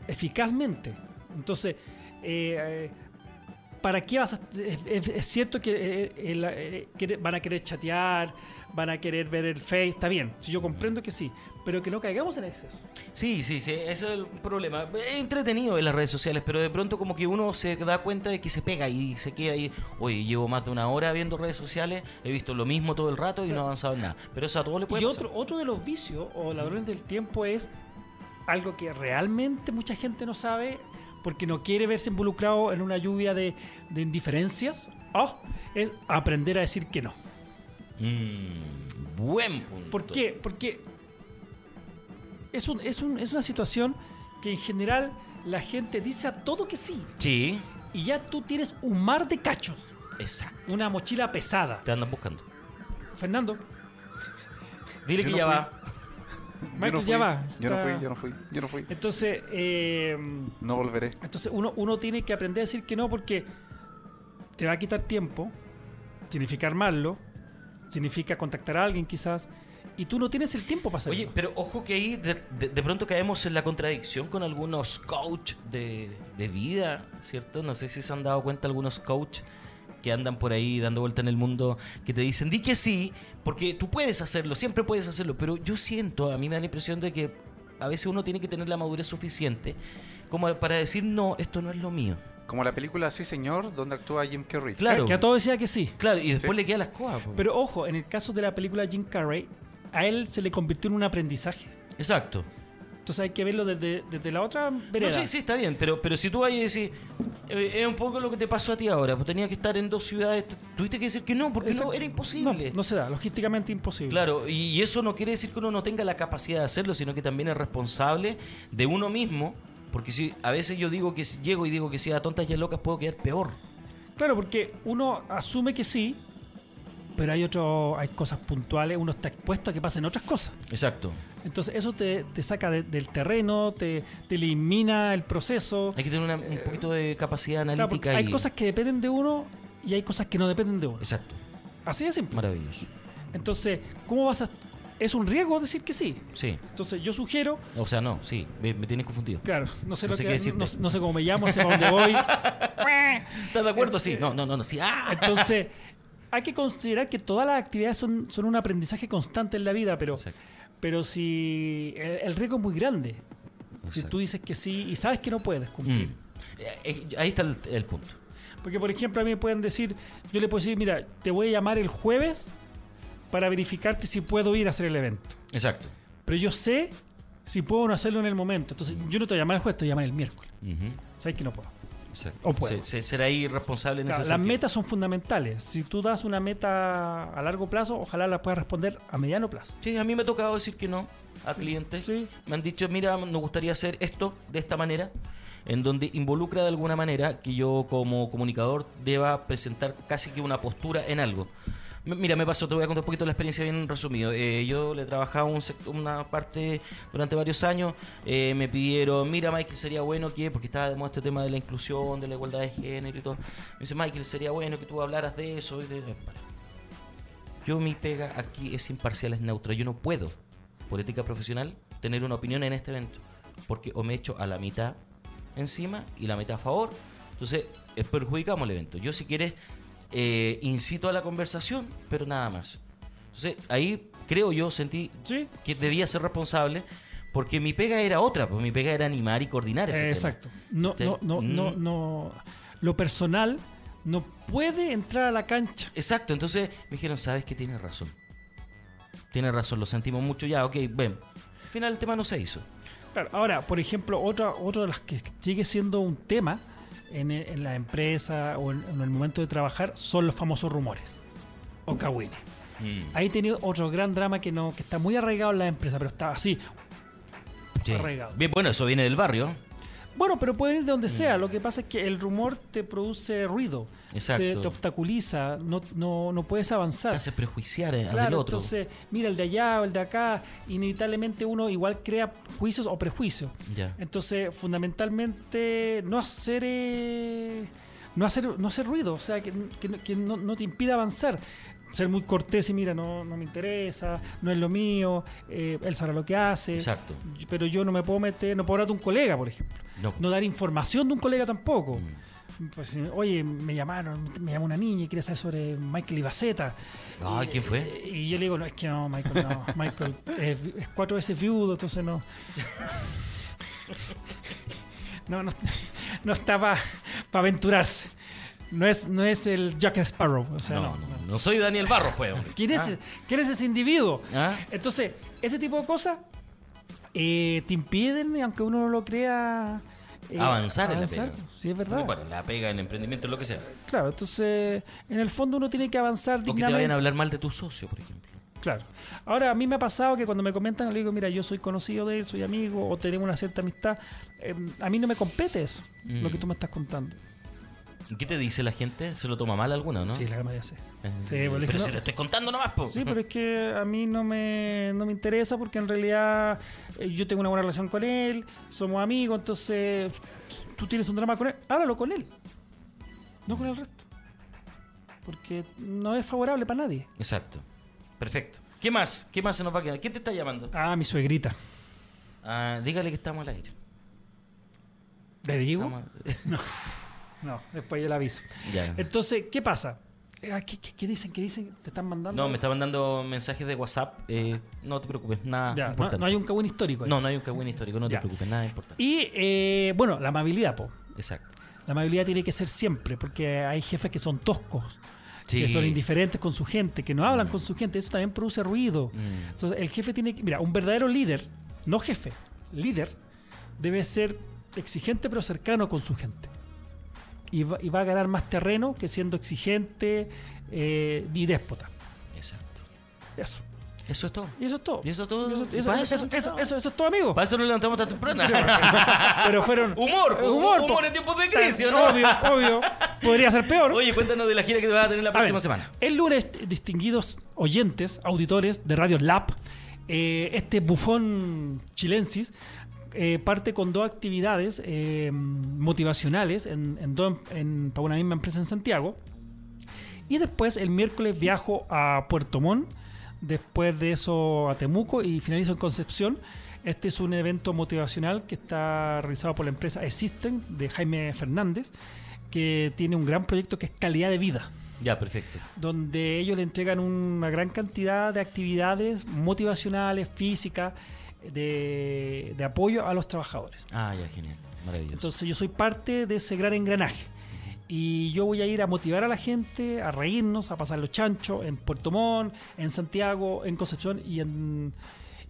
[SPEAKER 6] eficazmente. Entonces, eh, eh, ¿para qué vas a.? Es, es- es cierto que, eh, eh, la- eh, que van a querer chatear, van a querer ver el Face, está bien, si yo comprendo que sí, pero que no caigamos en exceso.
[SPEAKER 5] Sí, sí, sí, eso es el problema. Es entretenido en las redes sociales, pero de pronto como que uno se da cuenta de que se pega y se queda ahí. Oye, llevo más de una hora viendo redes sociales, he visto lo mismo todo el rato y no he avanzado en nada. Pero eso a todo le puede
[SPEAKER 6] Y
[SPEAKER 5] pasar.
[SPEAKER 6] otro, otro de los vicios o ladrones del tiempo es algo que realmente mucha gente no sabe porque no quiere verse involucrado en una lluvia de, de indiferencias. Oh, es aprender a decir que no.
[SPEAKER 5] Mm, buen punto.
[SPEAKER 6] ¿Por qué? Porque es, un- es, un- es una situación que en general la gente dice a todo que sí
[SPEAKER 5] Sí,
[SPEAKER 6] y ya tú tienes un mar de cachos,
[SPEAKER 5] exacto.
[SPEAKER 6] una mochila pesada.
[SPEAKER 5] Te andan buscando.
[SPEAKER 6] Fernando,
[SPEAKER 5] Dile que
[SPEAKER 7] Yo no
[SPEAKER 5] ya
[SPEAKER 7] fui.
[SPEAKER 5] va.
[SPEAKER 6] Michael
[SPEAKER 7] yo no fui,
[SPEAKER 6] ya va.
[SPEAKER 7] Yo no
[SPEAKER 6] Está-
[SPEAKER 7] fui, yo no fui, yo no fui.
[SPEAKER 6] entonces... eh,
[SPEAKER 7] No volveré.
[SPEAKER 6] Entonces uno, uno tiene que aprender a decir que no porque te va a quitar tiempo, significa armarlo, significa contactar a alguien quizás, y tú no tienes el tiempo para hacerlo.
[SPEAKER 5] Oye, pero ojo que ahí de, de- de pronto caemos en la contradicción con algunos coach de, de vida, ¿cierto? No sé si se han dado cuenta algunos coach que andan por ahí dando vuelta en el mundo, que te dicen, di que sí, porque tú puedes hacerlo, siempre puedes hacerlo, pero yo siento, a mí me da la impresión de que a veces uno tiene que tener la madurez suficiente como para decir, no, esto no es lo mío.
[SPEAKER 7] Como la película Sí, señor, donde actúa Jim Carrey.
[SPEAKER 5] Claro,
[SPEAKER 6] Que a todo decía que sí.
[SPEAKER 5] claro y después
[SPEAKER 7] Sí.
[SPEAKER 5] le queda las cosas. po.
[SPEAKER 6] Pero ojo, en el caso de la película Jim Carrey, a él se le convirtió en un aprendizaje.
[SPEAKER 5] Exacto.
[SPEAKER 6] Entonces hay que verlo desde, desde la otra
[SPEAKER 5] No,
[SPEAKER 6] vereda.
[SPEAKER 5] sí, sí, está bien, pero, pero si tú vas y decís, eh, es un poco lo que te pasó a ti ahora, pues tenías que estar en dos ciudades, tu- tuviste que decir que no, porque
[SPEAKER 6] Exacto.
[SPEAKER 5] no, era imposible.
[SPEAKER 6] No, no se da, logísticamente imposible.
[SPEAKER 5] Claro, y, y eso no quiere decir que uno no tenga la capacidad de hacerlo, sino que también es responsable de uno mismo, porque si a veces yo digo que si- llego y digo que si a tontas y a locas puedo quedar peor.
[SPEAKER 6] Claro, porque uno asume que sí, pero hay otro, hay cosas puntuales, uno está expuesto a que pasen otras cosas.
[SPEAKER 5] Exacto.
[SPEAKER 6] Entonces eso te, te saca de- del terreno, te, te elimina el proceso.
[SPEAKER 5] Hay que tener una- un poquito de capacidad
[SPEAKER 6] Claro,
[SPEAKER 5] analítica
[SPEAKER 6] porque hay
[SPEAKER 5] y-
[SPEAKER 6] cosas que dependen de uno y hay cosas que no dependen de uno.
[SPEAKER 5] Exacto,
[SPEAKER 6] Así de simple.
[SPEAKER 5] maravilloso.
[SPEAKER 6] Entonces, ¿cómo vas a...? Es un riesgo decir que sí.
[SPEAKER 5] Sí,
[SPEAKER 6] Entonces yo sugiero,
[SPEAKER 5] o sea, no, sí, me, me tienes confundido.
[SPEAKER 6] claro, no sé,
[SPEAKER 5] No
[SPEAKER 6] lo
[SPEAKER 5] sé
[SPEAKER 6] que-
[SPEAKER 5] qué decirte.
[SPEAKER 6] no- no sé cómo me llamo, no sé para dónde voy. [laughs]
[SPEAKER 5] ¿Estás de
[SPEAKER 6] Eh,
[SPEAKER 5] acuerdo? Sí, no, no, no, no, sí, ah.
[SPEAKER 6] Entonces, hay que considerar que todas las actividades son, son un aprendizaje constante en la vida, pero,
[SPEAKER 5] Exacto.
[SPEAKER 6] pero si el, el riesgo es muy grande, si
[SPEAKER 5] Exacto.
[SPEAKER 6] tú dices que sí y sabes que no puedes cumplir.
[SPEAKER 5] Mm. Eh, eh, Ahí está el- el punto.
[SPEAKER 6] Porque, por ejemplo, a mí me pueden decir, yo le puedo decir, mira, te voy a llamar el jueves para verificarte si puedo ir a hacer el evento.
[SPEAKER 5] Exacto.
[SPEAKER 6] Pero yo sé si puedo o no hacerlo en el momento. Entonces,
[SPEAKER 5] Mm.
[SPEAKER 6] yo no te voy a llamar el jueves, te voy a llamar el miércoles. Sabes que no puedo.
[SPEAKER 5] Exacto.
[SPEAKER 6] O puedo.
[SPEAKER 5] Se- se- será irresponsable en
[SPEAKER 6] Claro,
[SPEAKER 5] ese
[SPEAKER 6] las
[SPEAKER 5] sentido.
[SPEAKER 6] metas son fundamentales. Si tú das una meta a largo plazo, ojalá la puedas responder a mediano plazo.
[SPEAKER 5] Sí, a mí me ha tocado decir que no a clientes.
[SPEAKER 6] Sí.
[SPEAKER 5] Me han dicho, mira, nos gustaría hacer esto de esta manera, en donde involucra de alguna manera que yo como comunicador deba presentar casi que una postura en algo. M- Mira, me pasó, te voy a contar un poquito la experiencia bien resumido. Eh, yo le trabajaba un sec- una parte durante varios años. eh, me pidieron, mira, Michael, sería bueno que, porque estaba de moda este tema de la inclusión, de la igualdad de género y todo. Me dice, Michael, sería bueno que tú hablaras de eso. Y de- yo mi pega aquí es imparcial, es neutra. Yo no puedo, por ética profesional, tener una opinión en este evento. Porque o me echo a la mitad encima y la mitad a favor. Entonces, eh, perjudicamos el evento. Yo si quieres, eh, incito a la conversación, pero nada más. Entonces, ahí creo yo, sentí
[SPEAKER 6] Sí.
[SPEAKER 5] que debía ser responsable. Porque mi pega era otra, pues mi pega era animar y coordinar ese
[SPEAKER 6] Eh,
[SPEAKER 5] tema.
[SPEAKER 6] exacto. No,
[SPEAKER 5] Sí.
[SPEAKER 6] no, no, no,
[SPEAKER 5] Mm.
[SPEAKER 6] no. Lo personal no puede entrar a la cancha.
[SPEAKER 5] Exacto, entonces me dijeron, sabes que tienes razón. Tienes razón, lo sentimos mucho ya, ok, ven. Al final el tema no se hizo.
[SPEAKER 6] Claro, ahora, por ejemplo, otra, otra de las que sigue siendo un tema en, e- en la empresa o en, en el momento de trabajar son los famosos rumores o cagüines.
[SPEAKER 5] Mm,
[SPEAKER 6] Ahí he tenido otro gran drama que no que está muy arraigado en la empresa, pero está así.
[SPEAKER 5] Sí.
[SPEAKER 6] Arraigado.
[SPEAKER 5] Bien, bueno, eso viene del barrio.
[SPEAKER 6] Bueno, pero pueden ir de donde
[SPEAKER 5] Mm.
[SPEAKER 6] sea. Lo que pasa es que el rumor te produce ruido, te,
[SPEAKER 5] Exacto.
[SPEAKER 6] te obstaculiza, no, no, no puedes avanzar.
[SPEAKER 5] Te hace prejuiciar eh, al del
[SPEAKER 6] Claro,
[SPEAKER 5] otro.
[SPEAKER 6] entonces, mira, el de allá o el de acá, inevitablemente uno igual crea juicios o prejuicios.
[SPEAKER 5] Ya.
[SPEAKER 6] Entonces, fundamentalmente, no hacer, eh, no hacer, no hacer ruido, o sea, que, que no- que no, no te impida avanzar. Ser muy cortés y mira, no, no me interesa, no es lo mío, eh, él sabrá lo que hace.
[SPEAKER 5] Exacto.
[SPEAKER 6] Pero yo no me puedo meter, no puedo hablar de un colega, por ejemplo.
[SPEAKER 5] No.
[SPEAKER 6] No dar información de un colega tampoco.
[SPEAKER 5] Mm.
[SPEAKER 6] pues, oye, me llamaron, me llamó una niña y quiere saber sobre Michael Ibaceta.
[SPEAKER 5] Ah,
[SPEAKER 6] Y-
[SPEAKER 5] ¿quién fue?
[SPEAKER 6] Y yo le digo, no, es que no, Michael,
[SPEAKER 5] [laughs]
[SPEAKER 6] no. Michael es, es cuatro veces viudo, entonces no. No, no, no está para aventurarse. No es, no es el Jack Sparrow. O sea,
[SPEAKER 5] No,
[SPEAKER 6] no,
[SPEAKER 5] no,
[SPEAKER 6] no.
[SPEAKER 5] no soy Daniel Barros, pues. hombre.
[SPEAKER 6] ¿Quién es, ese- quién es ese individuo?
[SPEAKER 5] ¿Ah?
[SPEAKER 6] Entonces, ese tipo de cosas eh, te impiden, aunque uno no lo crea, eh, pues,
[SPEAKER 5] Avanzar en la pega.
[SPEAKER 6] Sí, es
[SPEAKER 5] Porque,
[SPEAKER 6] verdad.
[SPEAKER 5] bueno, la pega en emprendimiento, lo que sea.
[SPEAKER 6] Claro, entonces, en el fondo uno tiene que avanzar
[SPEAKER 5] O que te
[SPEAKER 6] dignamente.
[SPEAKER 5] vayan a hablar mal de tu socio, por ejemplo.
[SPEAKER 6] Claro. Ahora, a mí me ha pasado que cuando me comentan, le digo, mira, yo soy conocido de él, soy amigo, o tenemos una cierta amistad. eh, a mí no me compete eso,
[SPEAKER 5] Mm.
[SPEAKER 6] lo que tú me estás contando.
[SPEAKER 5] ¿Y ¿Qué te dice la gente? ¿Se lo toma mal alguno, no?
[SPEAKER 6] Sí, la mayoría sí.
[SPEAKER 5] Eh,
[SPEAKER 6] Sí, pero es que
[SPEAKER 5] pero
[SPEAKER 6] no-
[SPEAKER 5] se lo estoy contando nomás, po.
[SPEAKER 6] Sí, pero es que a mí no me, no me interesa porque en realidad eh, yo tengo una buena relación con él, somos amigos, entonces tú tienes un drama con él, háblalo con él, no con el resto. Porque no es favorable para nadie.
[SPEAKER 5] [laughs] Exacto. Perfecto. ¿Qué más? ¿Qué más se nos va a quedar? ¿Quién te está llamando?
[SPEAKER 6] Ah, mi suegrita.
[SPEAKER 5] Ah, dígale que estamos al aire.
[SPEAKER 6] ¿Le digo?
[SPEAKER 5] Estamos- [laughs]
[SPEAKER 6] No, después yo le aviso.
[SPEAKER 5] ya.
[SPEAKER 6] Entonces, ¿qué pasa? Eh, ah, ¿Qué, qué- qué dicen? ¿Qué dicen? ¿Te están mandando?
[SPEAKER 5] No, me está mandando mensajes de WhatsApp. eh, no te preocupes, nada
[SPEAKER 6] Ya, no,
[SPEAKER 5] importante.
[SPEAKER 6] no hay un cagüín histórico. ahí.
[SPEAKER 5] No, no hay un cagüín histórico, no
[SPEAKER 6] Ya.
[SPEAKER 5] te preocupes, nada importante.
[SPEAKER 6] Y, eh, bueno, la amabilidad, po.
[SPEAKER 5] Exacto.
[SPEAKER 6] La amabilidad tiene que ser siempre, porque hay jefes que son toscos,
[SPEAKER 5] Sí.
[SPEAKER 6] que son indiferentes con su gente, que no hablan con su gente, eso también produce ruido.
[SPEAKER 5] Mm.
[SPEAKER 6] Entonces, el jefe tiene que. Mira, un verdadero líder, no jefe, líder, debe ser exigente pero cercano con su gente. Y va, y va a ganar más terreno que siendo exigente eh, y déspota.
[SPEAKER 5] Exacto.
[SPEAKER 6] Eso.
[SPEAKER 5] Eso es todo.
[SPEAKER 6] Y eso es todo.
[SPEAKER 5] Y eso es todo.
[SPEAKER 6] Y Eso,
[SPEAKER 5] Y
[SPEAKER 6] eso-
[SPEAKER 5] para eso
[SPEAKER 6] eso- eso-
[SPEAKER 5] no
[SPEAKER 6] eso-
[SPEAKER 5] te-
[SPEAKER 6] eso- eso es todo, amigo.
[SPEAKER 5] Para eso no levantamos tan temprano.
[SPEAKER 6] Pero fueron.
[SPEAKER 5] humor,
[SPEAKER 6] Eh,
[SPEAKER 5] humor,
[SPEAKER 6] po.
[SPEAKER 5] humor en tiempos de crisis, ¿o ¿no?
[SPEAKER 6] Obvio, obvio. Podría ser peor.
[SPEAKER 5] [laughs] Oye, cuéntanos de la gira que te vas a tener la
[SPEAKER 6] A ver,
[SPEAKER 5] próxima semana.
[SPEAKER 6] El lunes, distinguidos oyentes, auditores de Radio Lab, eh, este bufón chilensis eh, parte con dos actividades eh, motivacionales en, en dos em- en- para una misma empresa en Santiago. Y después el miércoles viajo a Puerto Montt, después de eso a Temuco y finalizo en Concepción. Este es un evento motivacional que está realizado por la empresa Existen de Jaime Fernández, que tiene un gran proyecto que es calidad de vida
[SPEAKER 5] Ya, perfecto.
[SPEAKER 6] donde ellos le entregan una gran cantidad de actividades motivacionales, físicas, de, de apoyo a los trabajadores.
[SPEAKER 5] Ah, ya, genial. Maravilloso.
[SPEAKER 6] Entonces yo soy parte de ese gran engranaje. Y yo voy a ir a motivar a la gente, a reírnos, a pasar los chanchos en Puerto Montt, en Santiago, en Concepción y en...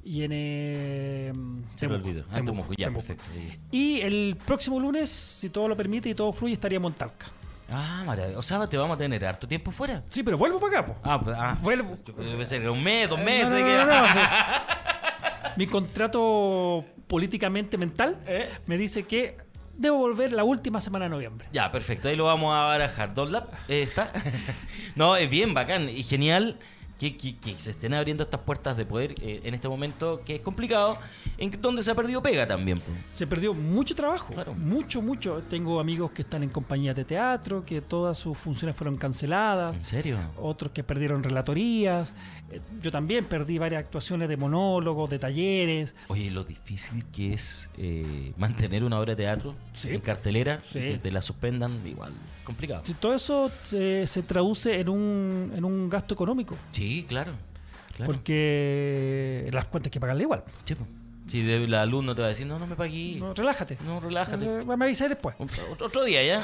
[SPEAKER 6] Y en... eh,
[SPEAKER 5] Se me
[SPEAKER 6] Temuco.
[SPEAKER 5] olvidó. Ah, Temuco, ya,
[SPEAKER 6] Temuco.
[SPEAKER 5] perfecto. Sí.
[SPEAKER 6] Y el próximo lunes, si todo lo permite y todo fluye, estaría en Montalca.
[SPEAKER 5] Ah, maravilloso. O sea, te vamos a tener harto tiempo fuera.
[SPEAKER 6] Sí, pero vuelvo para acá, po.
[SPEAKER 5] Ah, pues, ah.
[SPEAKER 6] Vuelvo.
[SPEAKER 5] Yo pensé que era un mes, dos
[SPEAKER 6] Eh,
[SPEAKER 5] meses.
[SPEAKER 6] no, no,
[SPEAKER 5] que-
[SPEAKER 6] no, no,
[SPEAKER 5] [laughs]
[SPEAKER 6] no, sí. Mi contrato políticamente mental
[SPEAKER 5] ¿Eh?
[SPEAKER 6] me dice que debo volver la última semana de noviembre.
[SPEAKER 5] Ya, perfecto, ahí lo vamos a barajar. Don Lap, eh, está. [laughs] no, es bien, bacán y genial que, que- que se estén abriendo estas puertas de poder eh, en este momento que es complicado, en que- donde se ha perdido pega también. pues.
[SPEAKER 6] Se perdió mucho trabajo,
[SPEAKER 5] Claro.
[SPEAKER 6] mucho, mucho. Tengo amigos que están en compañías de teatro, que todas sus funciones fueron canceladas.
[SPEAKER 5] ¿En serio?
[SPEAKER 6] Otros que perdieron relatorías. Eh, Yo también perdí varias actuaciones de monólogos, de talleres.
[SPEAKER 5] Oye, lo difícil que es eh, mantener una obra de teatro
[SPEAKER 6] Sí.
[SPEAKER 5] en cartelera,
[SPEAKER 6] Sí.
[SPEAKER 5] y que te la suspendan, igual, complicado.
[SPEAKER 6] Sí, Todo eso se, se traduce en un, en un gasto económico,
[SPEAKER 5] Sí, claro. claro.
[SPEAKER 6] porque las cuentas hay que pagarle igual.
[SPEAKER 5] Sí, po. Si de- la alumno te va a decir, no, no me pagué.
[SPEAKER 6] No,
[SPEAKER 5] No,
[SPEAKER 6] relájate.
[SPEAKER 5] relájate.
[SPEAKER 6] Eh, Me avisáis después.
[SPEAKER 5] Otro, otro día ya.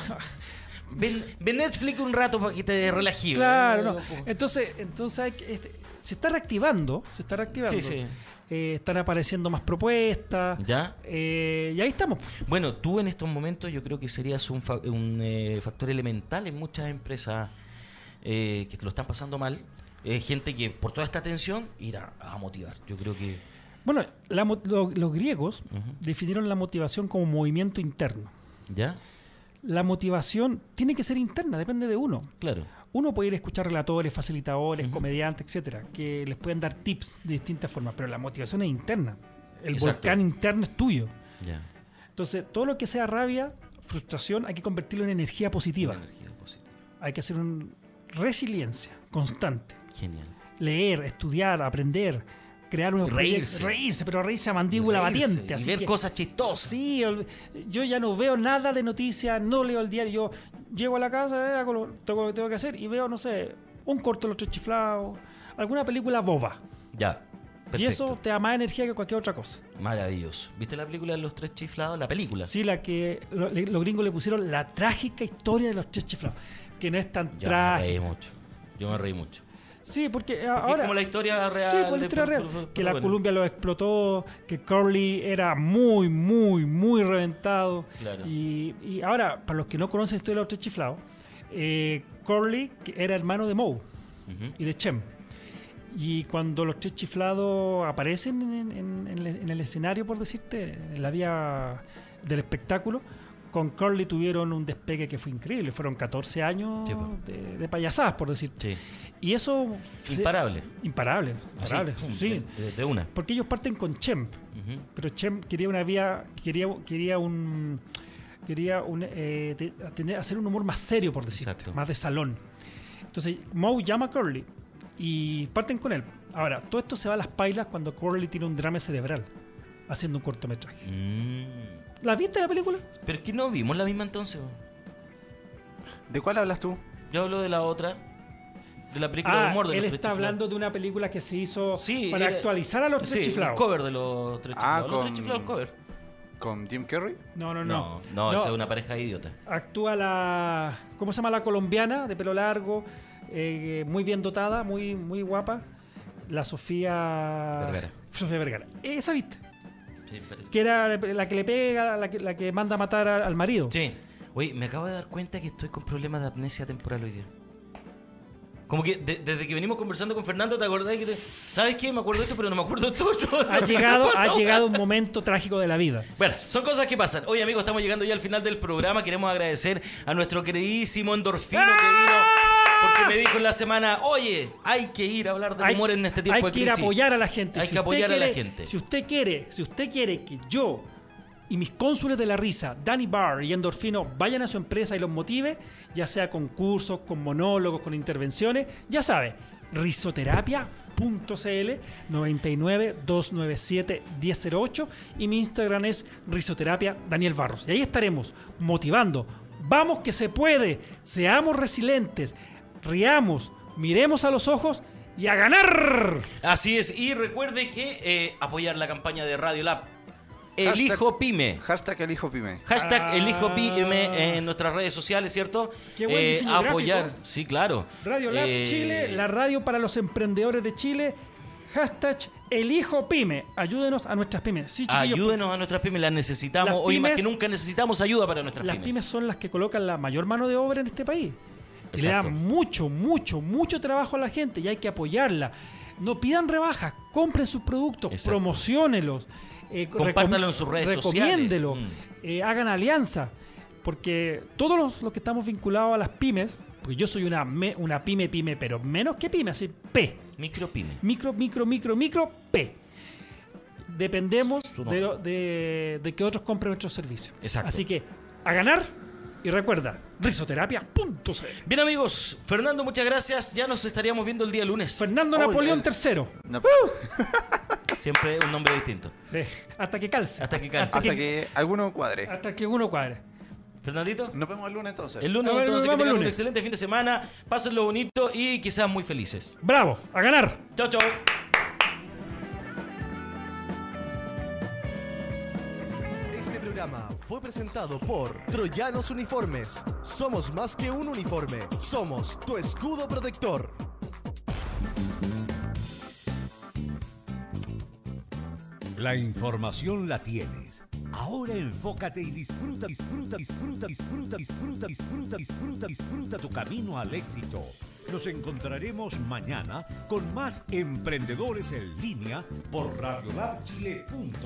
[SPEAKER 5] Ven, ven Netflix un rato para que te relajes. ¿eh?
[SPEAKER 6] Claro, no. Entonces, entonces hay que- este, se está reactivando, se está reactivando.
[SPEAKER 5] Sí, sí.
[SPEAKER 6] Eh, están apareciendo más propuestas.
[SPEAKER 5] ¿Ya?
[SPEAKER 6] Eh, y ahí estamos.
[SPEAKER 5] Bueno, tú en estos momentos yo creo que serías un, fa- un, eh, factor elemental en muchas empresas eh, que lo están pasando mal. Eh, gente que por toda esta tensión irá a motivar. Yo creo que...
[SPEAKER 6] Bueno, la mo- lo- los griegos
[SPEAKER 5] Ujú.
[SPEAKER 6] definieron la motivación como movimiento interno.
[SPEAKER 5] ¿Ya?
[SPEAKER 6] La motivación tiene que ser interna, depende de uno.
[SPEAKER 5] Claro.
[SPEAKER 6] Uno puede ir a escuchar relatores, facilitadores,
[SPEAKER 5] Ujú.
[SPEAKER 6] comediantes, etcétera, que les pueden dar tips de distintas formas, pero la motivación es interna. El
[SPEAKER 5] Exacto.
[SPEAKER 6] volcán interno es tuyo.
[SPEAKER 5] Ya.
[SPEAKER 6] Entonces, todo lo que sea rabia, frustración, hay que convertirlo en energía positiva.
[SPEAKER 5] Una energía positiva.
[SPEAKER 6] hay que hacer una resiliencia constante.
[SPEAKER 5] Genial.
[SPEAKER 6] Leer, estudiar, aprender, crear unos
[SPEAKER 5] Reírse.
[SPEAKER 6] proyectos- reírse, pero reírse a mandíbula
[SPEAKER 5] Reírse
[SPEAKER 6] batiente.
[SPEAKER 5] y
[SPEAKER 6] así
[SPEAKER 5] ver
[SPEAKER 6] que-
[SPEAKER 5] cosas chistosas.
[SPEAKER 6] Sí, ol- yo ya no veo nada de noticias, no leo el diario. Yo llego a la casa, eh, hago lo, tengo lo que tengo que hacer y veo, no sé, un corto de los tres chiflados, alguna película boba.
[SPEAKER 5] Ya.
[SPEAKER 6] Y eso
[SPEAKER 5] perfecto.
[SPEAKER 6] te da más energía que cualquier otra cosa.
[SPEAKER 5] Maravilloso. ¿Viste la película de los tres chiflados? La película.
[SPEAKER 6] Sí, la que lo- le- los gringos le pusieron la trágica historia de los tres chiflados, que no es tan
[SPEAKER 5] Yo me reí
[SPEAKER 6] trágica.
[SPEAKER 5] mucho. Yo me reí mucho.
[SPEAKER 6] Sí, porque, eh,
[SPEAKER 5] Porque
[SPEAKER 6] ahora.
[SPEAKER 5] es como la historia real.
[SPEAKER 6] Sí, por la
[SPEAKER 5] de-
[SPEAKER 6] historia real.
[SPEAKER 5] pero- pero
[SPEAKER 6] que la
[SPEAKER 5] bueno.
[SPEAKER 6] Columbia lo explotó, que Curly era muy, muy, muy reventado.
[SPEAKER 5] Claro.
[SPEAKER 6] Y, y ahora, para los que no conocen la historia de los tres chiflados, eh, Curly que era hermano de Moe
[SPEAKER 5] Ujú.
[SPEAKER 6] y de Chem. Y cuando los tres chiflados aparecen en, en- en el- en el escenario, por decirte, en la vía del espectáculo, con Curly tuvieron un despegue que fue increíble. Fueron 14 años
[SPEAKER 5] Sí, pues. po.
[SPEAKER 6] de, de payasadas, por decirte.
[SPEAKER 5] Sí.
[SPEAKER 6] Y eso... se-
[SPEAKER 5] Imparable.
[SPEAKER 6] Imparable,
[SPEAKER 5] Así,
[SPEAKER 6] imparable,
[SPEAKER 5] pum,
[SPEAKER 6] sí.
[SPEAKER 5] De, de- de una.
[SPEAKER 6] Porque ellos parten con Chem,
[SPEAKER 5] Ujú.
[SPEAKER 6] pero Chem quería una vía, quería, quería un, quería un, eh, te- tener- hacer un humor más serio, por decirte,
[SPEAKER 5] Exacto.
[SPEAKER 6] más de salón. Entonces, Moe llama a Curly y parten con él. Ahora, todo esto se va a las pailas cuando Curly tiene un drama cerebral haciendo un cortometraje.
[SPEAKER 5] Mm.
[SPEAKER 6] ¿La viste la película?
[SPEAKER 5] Pero que no vimos la misma entonces.
[SPEAKER 7] ¿De cuál hablas tú?
[SPEAKER 5] Yo hablo de la otra. De la película de
[SPEAKER 6] Ah,
[SPEAKER 5] humor de
[SPEAKER 6] él
[SPEAKER 5] los tres
[SPEAKER 6] está
[SPEAKER 5] chiflados.
[SPEAKER 6] hablando de una película que se hizo
[SPEAKER 5] Sí,
[SPEAKER 6] para
[SPEAKER 5] era-
[SPEAKER 6] actualizar a los
[SPEAKER 5] Sí,
[SPEAKER 6] tres
[SPEAKER 5] un
[SPEAKER 6] chiflados.
[SPEAKER 5] cover de los tres
[SPEAKER 7] Ah,
[SPEAKER 5] chiflados. Los tres
[SPEAKER 7] con-
[SPEAKER 5] chiflados cover.
[SPEAKER 7] ¿Con Jim Carrey?
[SPEAKER 6] No, no, no.
[SPEAKER 5] No, no, esa es una pareja de idiota.
[SPEAKER 6] actúa la ¿cómo se llama la colombiana de pelo largo eh, muy bien dotada muy muy guapa la Sofía
[SPEAKER 5] Vergara.
[SPEAKER 6] Sofía Vergara esa viste
[SPEAKER 5] Sí, parece.
[SPEAKER 6] que era la que le pega la que, la que manda a matar a- al marido
[SPEAKER 5] Sí. Oye, me acabo de dar cuenta que estoy con problemas de amnesia temporal hoy día. Como que de- desde que venimos conversando con Fernando, ¿te acordás que te- ¿Sabes qué? Me acuerdo de esto, pero [laughs] no me acuerdo de otro. O sea,
[SPEAKER 6] ha llegado
[SPEAKER 5] ¿qué
[SPEAKER 6] ha
[SPEAKER 5] pasó?
[SPEAKER 6] llegado un momento trágico de la vida
[SPEAKER 5] Bueno, son cosas que pasan. Oye, amigos, estamos llegando ya al final del programa. Queremos agradecer a nuestro queridísimo endorfino que vino porque me dijo en la semana, oye, hay que ir a hablar de
[SPEAKER 6] ¡Ah! hay,
[SPEAKER 5] humor en este tiempo de
[SPEAKER 6] hay que ir a
[SPEAKER 5] crisis".
[SPEAKER 6] apoyar a la gente
[SPEAKER 5] Hay que
[SPEAKER 6] usted
[SPEAKER 5] apoyar a la
[SPEAKER 6] quiere-
[SPEAKER 5] gente.
[SPEAKER 6] si usted quiere si usted quiere que yo y mis cónsules de la risa, Danny Barr y Endorfino, vayan a su empresa y los motive, ya sea con cursos, con monólogos, con intervenciones, ya sabe, risoterapia.cl 99 297 1008 y mi Instagram es risoterapia Daniel Barros. Y ahí estaremos motivando. Vamos que se puede, seamos resilientes, riamos, miremos a los ojos y a ganar.
[SPEAKER 5] Así es. Y recuerde que eh, apoyar la campaña de Radio Lab. Elijo Pyme.
[SPEAKER 7] Hashtag el hijo pyme.
[SPEAKER 5] Hashtag
[SPEAKER 6] Ah.
[SPEAKER 5] elijo PM en nuestras redes sociales, ¿cierto? Eh,
[SPEAKER 6] Qué buen diseño
[SPEAKER 5] apoyar.
[SPEAKER 6] gráfico.
[SPEAKER 5] Sí, claro.
[SPEAKER 6] Radio Lab
[SPEAKER 5] Eh,
[SPEAKER 6] Chile, la radio para los emprendedores de Chile. Hashtag elijo pyme. Ayúdenos a nuestras pymes. Sí, chiquillos,
[SPEAKER 5] Ayúdenos a nuestras pymes, las necesitamos.
[SPEAKER 6] Las
[SPEAKER 5] Hoy más
[SPEAKER 6] pymes-
[SPEAKER 5] que nunca necesitamos ayuda para nuestras
[SPEAKER 6] porque Las
[SPEAKER 5] pymes.
[SPEAKER 6] pymes son las que colocan la mayor mano de obra en este país. Y le
[SPEAKER 5] Exacto.
[SPEAKER 6] dan mucho, mucho, mucho trabajo a la gente y hay que apoyarla. No pidan rebajas, compren sus productos,
[SPEAKER 5] Exacto.
[SPEAKER 6] promocionélos. eh,
[SPEAKER 5] Compártalo
[SPEAKER 6] recom-
[SPEAKER 5] en sus redes
[SPEAKER 6] recomiéndelo,
[SPEAKER 5] sociales. Mm.
[SPEAKER 6] eh, hagan alianza. Porque todos los, los que estamos vinculados a las pymes, porque yo soy una, me- una pyme, pyme, pero menos que pyme, así P.
[SPEAKER 5] Micropyme.
[SPEAKER 6] Micro, micro, micro, micro, P. Dependemos
[SPEAKER 5] Su
[SPEAKER 6] de,
[SPEAKER 5] nombre.
[SPEAKER 6] lo- de- de que otros compren nuestros servicios.
[SPEAKER 5] Exacto.
[SPEAKER 6] Así que, a ganar y recuerda, risoterapia.cl.
[SPEAKER 5] Bien, amigos. Fernando, muchas gracias. Ya nos estaríamos viendo el día lunes.
[SPEAKER 6] Fernando
[SPEAKER 7] Oye,
[SPEAKER 6] Napoleón
[SPEAKER 7] es-
[SPEAKER 6] III.
[SPEAKER 7] No,
[SPEAKER 5] Siempre un nombre distinto.
[SPEAKER 6] Hasta que calce.
[SPEAKER 5] Hasta que calce.
[SPEAKER 6] Hasta
[SPEAKER 7] hasta
[SPEAKER 6] que,
[SPEAKER 7] que alguno cuadre.
[SPEAKER 6] hasta que uno cuadre.
[SPEAKER 5] Fernandito.
[SPEAKER 7] Nos vemos el lunes entonces.
[SPEAKER 5] El lunes,
[SPEAKER 6] A ver,
[SPEAKER 5] entonces, que
[SPEAKER 6] nos vemos el
[SPEAKER 5] tengan un
[SPEAKER 6] lunes.
[SPEAKER 5] excelente fin de semana. Pásenlo bonito y quizás muy felices.
[SPEAKER 6] Bravo, a ganar.
[SPEAKER 5] Chao, chao.
[SPEAKER 2] Este programa fue presentado por Troyanos Uniformes. Somos más que un uniforme, somos tu escudo protector.
[SPEAKER 4] La información la tienes. Ahora enfócate y disfruta, disfruta, disfruta, disfruta, disfruta, disfruta, disfruta, disfruta tu camino al éxito. Nos encontraremos mañana con más emprendedores en línea por radiolabchile.cl.